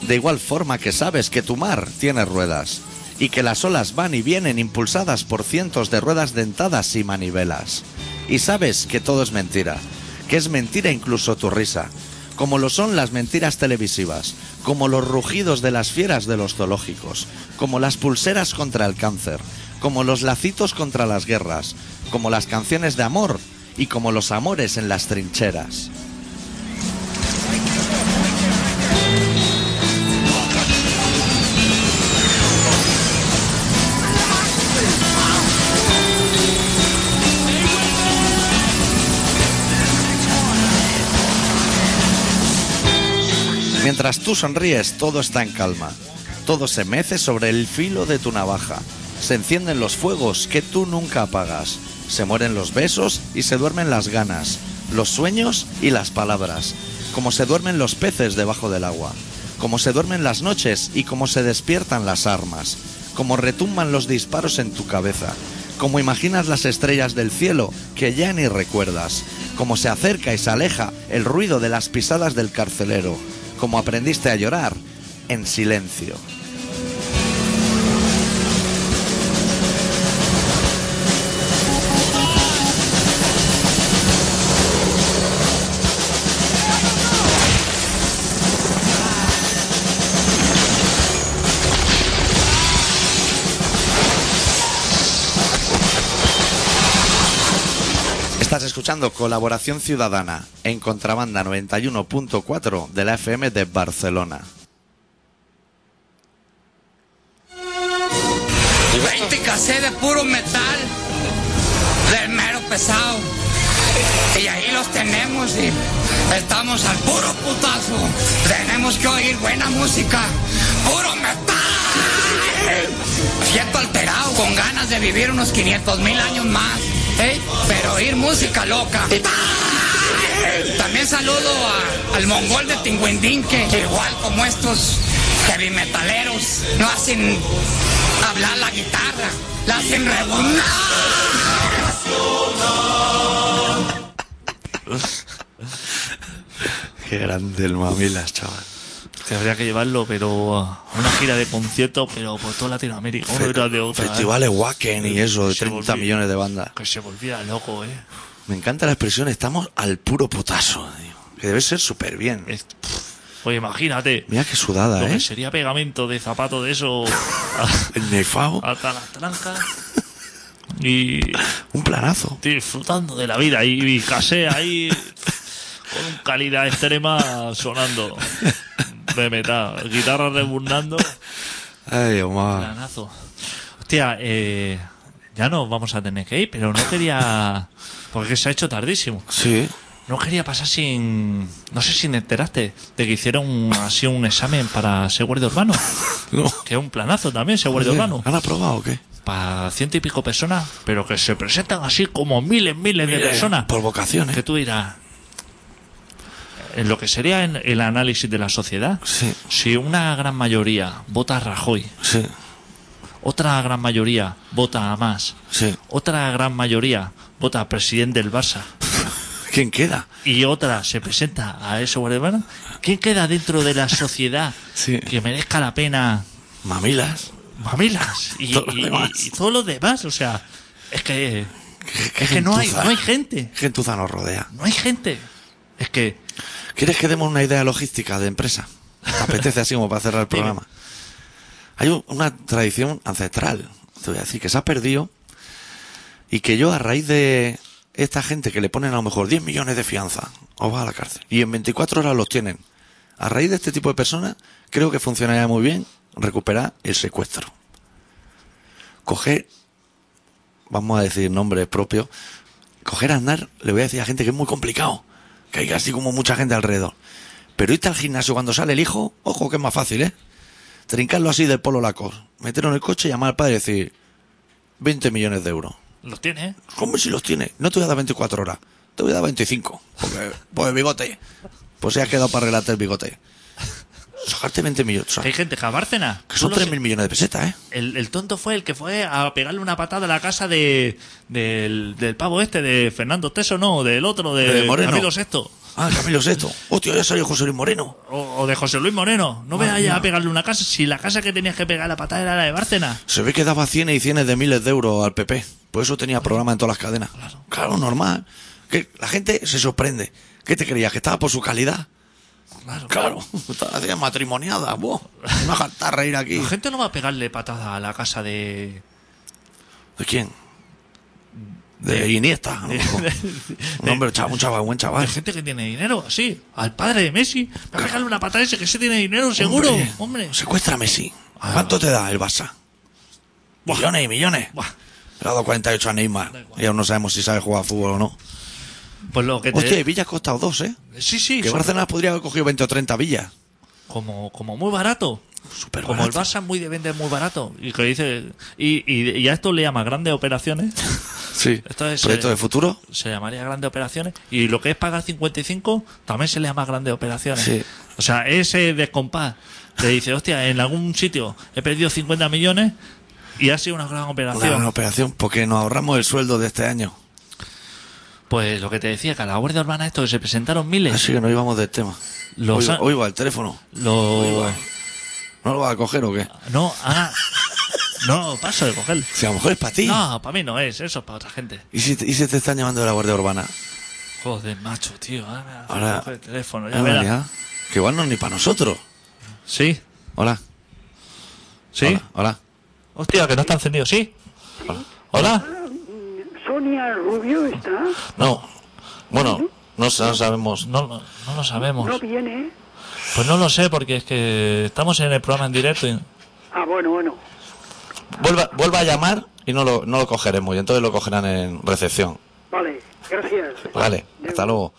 Speaker 1: De igual forma que sabes que tu mar tiene ruedas y que las olas van y vienen impulsadas por cientos de ruedas dentadas y manivelas. Y sabes que todo es mentira, que es mentira incluso tu risa, como lo son las mentiras televisivas, como los rugidos de las fieras de los zoológicos, como las pulseras contra el cáncer, como los lacitos contra las guerras, como las canciones de amor y como los amores en las trincheras. Mientras tú sonríes, todo está en calma. Todo se mece sobre el filo de tu navaja. Se encienden los fuegos que tú nunca apagas. Se mueren los besos y se duermen las ganas, los sueños y las palabras, como se duermen los peces debajo del agua, como se duermen las noches y como se despiertan las armas, como retumban los disparos en tu cabeza, como imaginas las estrellas del cielo que ya ni recuerdas, como se acerca y se aleja el ruido de las pisadas del carcelero, como aprendiste a llorar en silencio. Estás escuchando Colaboración Ciudadana en Contrabanda 91.4 de la FM de Barcelona.
Speaker 3: 20 cassettes de puro metal, del mero pesado. Y ahí los tenemos y estamos al puro putazo. Tenemos que oír buena música, puro metal. Siento alterado, con ganas de vivir unos 500 mil años más, ¿eh? pero oír música loca. También saludo a- al mongol de Tinguindinque, que igual como estos heavy metaleros no hacen hablar la guitarra, la hacen rebotar.
Speaker 1: Qué grande el mamilas, chaval.
Speaker 2: Que habría que llevarlo, pero a una gira de conciertos, pero por toda Latinoamérica, uno detrás de otro. ¿eh?
Speaker 1: Festivales Wacken y eso, de
Speaker 2: Se
Speaker 1: 30
Speaker 2: volvió.
Speaker 1: millones de bandas.
Speaker 2: Que se volvía loco, ¿eh?
Speaker 1: Me encanta la expresión, estamos al puro putazo, tío, que debe ser súper bien.
Speaker 2: Es- pff, Oye, imagínate.
Speaker 1: Mira qué
Speaker 2: Lo
Speaker 1: sudada,
Speaker 2: que
Speaker 1: ¿eh?
Speaker 2: sería pegamento de zapato de eso a-
Speaker 1: El nefao,
Speaker 2: hasta las trancas. Y
Speaker 1: un planazo.
Speaker 2: disfrutando de la vida. Y, y casé ahí con calidad extrema sonando de metal. Guitarra rebundando.
Speaker 1: Ay, Omar.
Speaker 2: Planazo. Hostia, eh, ya nos vamos a tener que ir, pero no quería. Porque se ha hecho tardísimo.
Speaker 1: Sí,
Speaker 2: No quería pasar sin. No sé si te enteraste de que hicieron así un examen para ser guardia urbano.
Speaker 1: no.
Speaker 2: Que es un planazo también ser guardia urbano.
Speaker 1: ¿Han aprobado o qué?
Speaker 2: Para ciento y pico personas, pero que se presentan así como miles, miles de personas.
Speaker 1: Por ¿eh? vocaciones.
Speaker 2: Que tú dirás. En lo que sería en el análisis de la sociedad.
Speaker 1: Sí,
Speaker 2: Si una gran mayoría vota a Rajoy,
Speaker 1: sí,
Speaker 2: otra gran mayoría vota a más,
Speaker 1: sí.
Speaker 2: otra gran mayoría vota al presidente del Barça
Speaker 1: ¿Quién queda?
Speaker 2: y otra se presenta a eso guardián, ¿quién queda dentro de la sociedad
Speaker 1: Sí.
Speaker 2: que merezca la pena
Speaker 1: Mamilas.
Speaker 2: mamilas y,
Speaker 1: Todo lo
Speaker 2: y-
Speaker 1: demás.
Speaker 2: y todo lo demás? O sea, es que,
Speaker 1: Qué- qué
Speaker 2: es que no, hay,
Speaker 1: gentuza.
Speaker 2: no hay gente,
Speaker 1: Qué Gentuza nos rodea.
Speaker 2: no hay gente. Es que,
Speaker 1: ¿Quieres que demos una idea logística de empresa? ¿Te apetece así como para cerrar el
Speaker 2: Dime.
Speaker 1: programa? Hay un- una tradición ancestral, te voy a decir, que se ha perdido y que yo a raíz de esta gente que le ponen a lo mejor 10 millones de fianza o va a la cárcel y en 24 horas los tienen. A raíz de este tipo de personas creo que funcionaría muy bien recuperar el secuestro. Coger, vamos a decir nombres propios, coger a andar, le voy a decir a gente que es muy complicado, que hay así como mucha gente alrededor. Pero irte al gimnasio cuando sale el hijo, ojo que es más fácil, ¿eh? Trincarlo así del polo lacos, meterlo en el coche, llamar al padre y decir 20 millones de euros.
Speaker 2: los tiene, ¿eh?
Speaker 1: ¿Cómo si los tiene? No te voy a dar 24 horas, te voy a dar 25. Porque, por el bigote. Pues se ha quedado para arreglarte el bigote. Sacarte 20 millones. o
Speaker 2: Que hay
Speaker 1: sea,
Speaker 2: gente que a Bárcena.
Speaker 1: que son
Speaker 2: tú los-
Speaker 1: 3.000 millones de pesetas, ¿eh?
Speaker 2: El, el tonto fue el que fue a pegarle una patada a la casa de, del, del pavo este, de Fernando Teso, no, del otro, de,
Speaker 1: De Moreno.
Speaker 2: Camilo Sexto.
Speaker 1: Ah, Camilo Sesto. Hostia, ya salió José Luis Moreno.
Speaker 2: O, o de José Luis Moreno. No vayas
Speaker 1: Madre
Speaker 2: ya
Speaker 1: mía.
Speaker 2: a pegarle una casa. Si la casa que tenías que pegar la patada era la de Bárcena.
Speaker 1: Se ve que daba cienes y cienes de miles de euros al PP. Por eso tenía programa en todas las cadenas. Claro, normal. Que la gente se sorprende. ¿Qué te creías? ¿Que estaba por su calidad? Claro. Claro. Estaba hacía matrimoniada. Buah, me va a cantar reír aquí.
Speaker 2: La gente no va a pegarle patada a la casa de.
Speaker 1: ¿De quién? De, Iniesta. a lo mejor. un hombre, chaval, un chaval, buen
Speaker 2: Hay
Speaker 1: chaval.
Speaker 2: gente que tiene dinero, así. Al padre de Messi. Va a pegarle una patada a ese que se tiene dinero, seguro. Hombre. Ah.
Speaker 1: Secuestra a Messi. ¿Cuánto te da el Barça? Millones y millones.
Speaker 2: Buah.
Speaker 1: Le ha dado 48 a Neymar. Y aún no sabemos si sabe jugar a fútbol o no.
Speaker 2: Pues lo que te.
Speaker 1: Hostia, y Villa ha costado dos, ¿eh?
Speaker 2: sí, sí.
Speaker 1: Que
Speaker 2: son
Speaker 1: Barcelona podría haber cogido 20 o 30 villas.
Speaker 2: como, como muy barato.
Speaker 1: Súper
Speaker 2: Como el Barça muy de vender muy barato. Y que dice. Y, y, y a esto le llama grandes operaciones.
Speaker 1: Sí.
Speaker 2: Esto es,
Speaker 1: Proyecto
Speaker 2: eh,
Speaker 1: de futuro.
Speaker 2: se llamaría grandes operaciones y lo que es pagar 55 también se le llama grandes operaciones.
Speaker 1: Sí.
Speaker 2: O sea, ese descompás te dice, hostia, en algún sitio he perdido 50 millones y ha sido una gran
Speaker 1: Una
Speaker 2: operación.
Speaker 1: gran operación. Porque nos ahorramos el sueldo de este año.
Speaker 2: Pues lo que te decía, que a la Guardia Urbana esto que se presentaron miles,
Speaker 1: Así que no íbamos del tema.
Speaker 2: Los
Speaker 1: hoy,
Speaker 2: han-
Speaker 1: hoy va el teléfono.
Speaker 2: lo...
Speaker 1: ¿No lo vas a coger o qué?
Speaker 2: No, ah, no, paso de cogerlo.
Speaker 1: Si a lo mejor es para ti.
Speaker 2: No, para mí no es, eso es para otra gente.
Speaker 1: ¿Y, si te, y si te están llamando de la Guardia Urbana?
Speaker 2: Joder, macho, tío. ah, Ahora,
Speaker 1: Ahora-
Speaker 2: coge el teléfono, ya
Speaker 1: Ah,
Speaker 2: verás.
Speaker 1: ya. Que igual no es ni para nosotros.
Speaker 2: Sí,
Speaker 1: Hola.
Speaker 2: sí.
Speaker 1: Hola. hola.
Speaker 2: Hostia, que no está encendido, sí. Hola.
Speaker 4: Soy Sonia Rubio está?
Speaker 2: No. Bueno, no, sa- no sabemos. No, no, no lo sabemos.
Speaker 4: No viene.
Speaker 2: Pues no lo sé porque es que estamos en el programa en directo y
Speaker 4: Ah, bueno, bueno.
Speaker 2: vuelva,
Speaker 1: Vuelva a llamar y no lo, no lo cogeremos. Y entonces lo cogerán en recepción.
Speaker 4: Vale, gracias.
Speaker 2: Pues
Speaker 1: Vale,
Speaker 4: Adeu.
Speaker 1: hasta luego.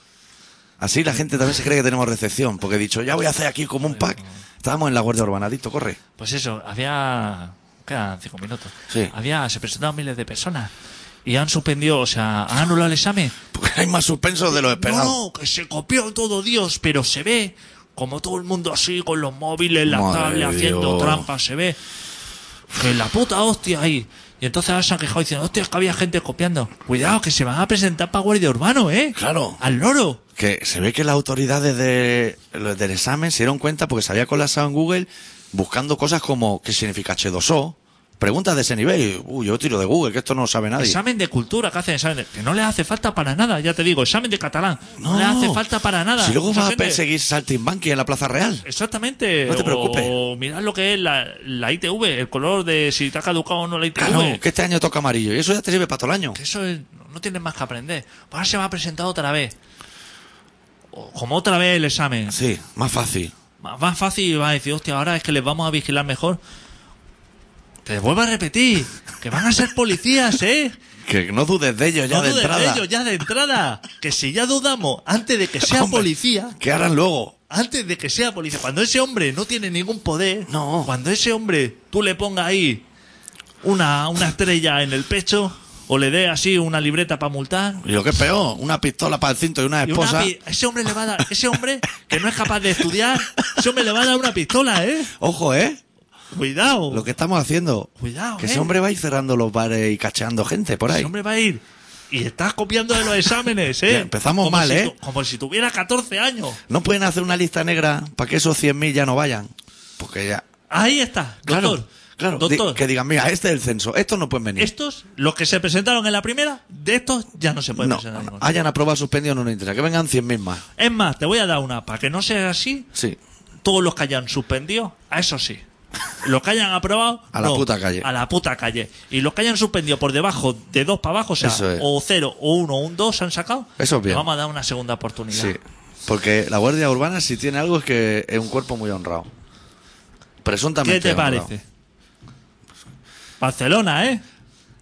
Speaker 1: Así la gente también se cree que tenemos recepción, porque he dicho, ya voy a hacer aquí como un pack. Estábamos en la Guardia Urbanadito, corre.
Speaker 2: Pues eso, había. Quedan cinco minutos.
Speaker 1: Sí.
Speaker 2: Había, se presentaron miles de personas y han suspendido, o sea, han anulado el examen.
Speaker 1: Porque hay más suspensos de lo esperado.
Speaker 2: No, que se copió todo Dios, pero se ve como todo el mundo así, con los móviles, la
Speaker 1: Madre
Speaker 2: tablet,
Speaker 1: de
Speaker 2: haciendo
Speaker 1: Dios.
Speaker 2: trampas, se ve. Que la puta hostia ahí. Y entonces ahora se han quejado diciendo, hostia, es que había gente copiando. Cuidado, que se van a presentar para Guardia Urbano, ¿eh?
Speaker 1: Claro.
Speaker 2: Al loro.
Speaker 1: Que se ve que las autoridades de, los del examen se dieron cuenta porque se había colapsado en Google buscando cosas como ¿qué significa H2O? Preguntas de ese nivel. Uy, yo tiro de Google, que esto no lo sabe nadie.
Speaker 2: Examen de cultura que hacen, examen de- que no les hace falta para nada, ya te digo, examen de catalán. No, les hace falta para nada.
Speaker 1: Si luego
Speaker 2: Esa
Speaker 1: vas a
Speaker 2: gente-
Speaker 1: perseguir Saltimbanqui en la Plaza Real.
Speaker 2: Exactamente.
Speaker 1: No te preocupes.
Speaker 2: O mirad lo que es la, la ITV, el color de si te ha caducado o no la ITV.
Speaker 1: Claro, que este año toca amarillo. Y eso ya te sirve para todo el año.
Speaker 2: Que eso es- no tienes más que aprender. Pues ahora se va a presentar otra vez. O- Como otra vez el examen.
Speaker 1: Sí, más fácil.
Speaker 2: Más más fácil va a decir, hostia, ahora es que les vamos a vigilar mejor. Que vuelva a repetir, que van a ser policías, ¿eh?
Speaker 1: Que no dudes de ellos ya
Speaker 2: no
Speaker 1: de
Speaker 2: dudes
Speaker 1: entrada.
Speaker 2: de ello ya de entrada. Que si ya dudamos antes de que sea
Speaker 1: Hombre.
Speaker 2: policía,
Speaker 1: ¿Qué harán luego?
Speaker 2: antes de que sea policía, cuando ese hombre no tiene ningún poder,
Speaker 1: No.
Speaker 2: cuando ese hombre tú le pongas ahí una, una estrella en el pecho o le dé así una libreta para multar,
Speaker 1: Y lo que es peor, una pistola para el cinto y una
Speaker 2: y una
Speaker 1: esposa.
Speaker 2: pi- ese hombre le va a dar, ese hombre que no es capaz de estudiar, ese hombre le va a dar una pistola, ¿eh?
Speaker 1: Ojo, ¿eh?
Speaker 2: Cuidado.
Speaker 1: Lo que estamos haciendo.
Speaker 2: Oh. Cuidado,
Speaker 1: Que
Speaker 2: ¿eh?
Speaker 1: ese hombre va a ir cerrando los bares y cacheando gente por ahí.
Speaker 2: Ese hombre va a ir y estás copiando de los exámenes, ¿eh?
Speaker 1: Ya, empezamos
Speaker 2: Como
Speaker 1: mal,
Speaker 2: si
Speaker 1: ¿eh?
Speaker 2: tu- como si tuviera 14 años.
Speaker 1: No pueden hacer una lista negra para que esos 100.000 ya no vayan. Porque ya.
Speaker 2: Ahí está, doctor.
Speaker 1: claro. di-
Speaker 2: doctor.
Speaker 1: que digan, mira, este es el censo, estos no pueden venir.
Speaker 2: Estos, los que se presentaron en la primera, de estos ya no se pueden
Speaker 1: no,
Speaker 2: presentar. ninguno.
Speaker 1: hayan aprobado suspendido no nos interesa, que vengan 100.000 más.
Speaker 2: Es más, te voy a dar una. Para que no sea así,
Speaker 1: Sí.
Speaker 2: todos los que hayan suspendido, a eso sí. Los que hayan aprobado.
Speaker 1: A la
Speaker 2: no,
Speaker 1: puta calle.
Speaker 2: A la puta calle. Y los que hayan suspendido por debajo, de dos para abajo, o sea,
Speaker 1: Eso es.
Speaker 2: o cero, o uno, o un dos, se han sacado.
Speaker 1: Eso es bien.
Speaker 2: le Vamos a dar una segunda oportunidad.
Speaker 1: Sí. Porque la Guardia Urbana, si tiene algo, es que es un cuerpo muy honrado. Presuntamente.
Speaker 2: ¿Qué te
Speaker 1: honrado.
Speaker 2: parece? Barcelona, ¿eh?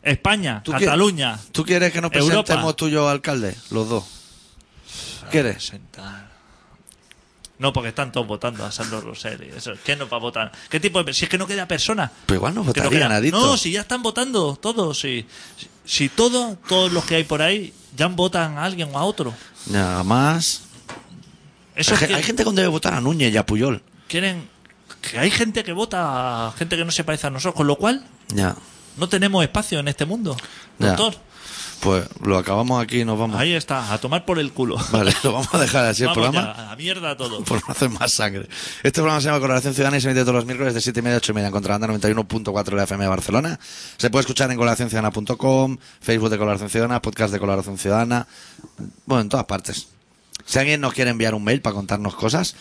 Speaker 2: España,
Speaker 1: ¿Tú qué-
Speaker 2: Cataluña.
Speaker 1: ¿Tú quieres que nos
Speaker 2: Europa.
Speaker 1: presentemos tú y yo alcalde? Los dos. ¿Quieres?
Speaker 2: Presentar. No, porque están todos votando a Sandro Rosell. y Eso. ¿Quién nos va a votar? ¿Qué tipo de.? Si es que no queda persona.
Speaker 1: Pero igual nos
Speaker 2: Que no
Speaker 1: votaría
Speaker 2: queda-
Speaker 1: Narito.
Speaker 2: No, si ya están votando todos, si, si, si todos, todos los que hay por ahí ya votan a alguien o a otro.
Speaker 1: Nada más.
Speaker 2: Eso
Speaker 1: hay,
Speaker 2: es que
Speaker 1: hay gente que debe votar a Núñez y a Puyol.
Speaker 2: quieren que hay gente que vota a gente que no se parece a nosotros, con lo cual
Speaker 1: Ya.
Speaker 2: no tenemos espacio en este mundo.
Speaker 1: Ya.
Speaker 2: Doctor,
Speaker 1: Pues lo acabamos aquí y nos vamos.
Speaker 2: ahí está, a tomar por el culo.
Speaker 1: Vale, lo vamos a dejar así el
Speaker 2: Vamos
Speaker 1: programa.
Speaker 2: ya, a la mierda todo.
Speaker 1: Por no hacer más sangre. Este programa se llama Colaboración Ciudadana y se emite todos los miércoles de 7 y media a 8 y media en Contrabanda 91.4 de la FM de Barcelona. Se puede escuchar en colaboracionciudadana.com, Facebook de Colaboración Ciudadana, podcast de Colaboración Ciudadana. Bueno, en todas partes. Si alguien nos quiere enviar un mail para contarnos cosas,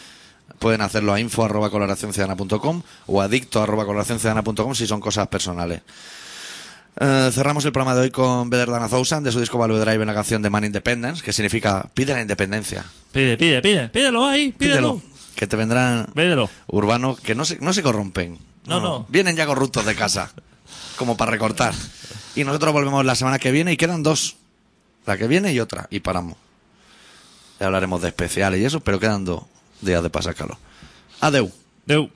Speaker 1: pueden hacerlo a info arroba colaboracionciudadana.com o adicto arroba colaboracionciudadana.com si son cosas personales. Eh, cerramos el programa de hoy con Better Than a Thousand de su disco Value Drive en la canción de Man Independence, que significa pide la independencia.
Speaker 2: Pide, pide, pide, pídelo ahí, pídelo.
Speaker 1: Pídelo. Que te vendrán
Speaker 2: Pídelo.
Speaker 1: urbanos que no se, no se corrompen.
Speaker 2: No, no.
Speaker 1: Vienen ya corruptos de casa, como para recortar. Y nosotros volvemos la semana que viene y quedan dos. La que viene y otra. Y paramos. Ya hablaremos de especiales y eso, pero quedan dos días de pasar calor. Adeu.
Speaker 2: Deu.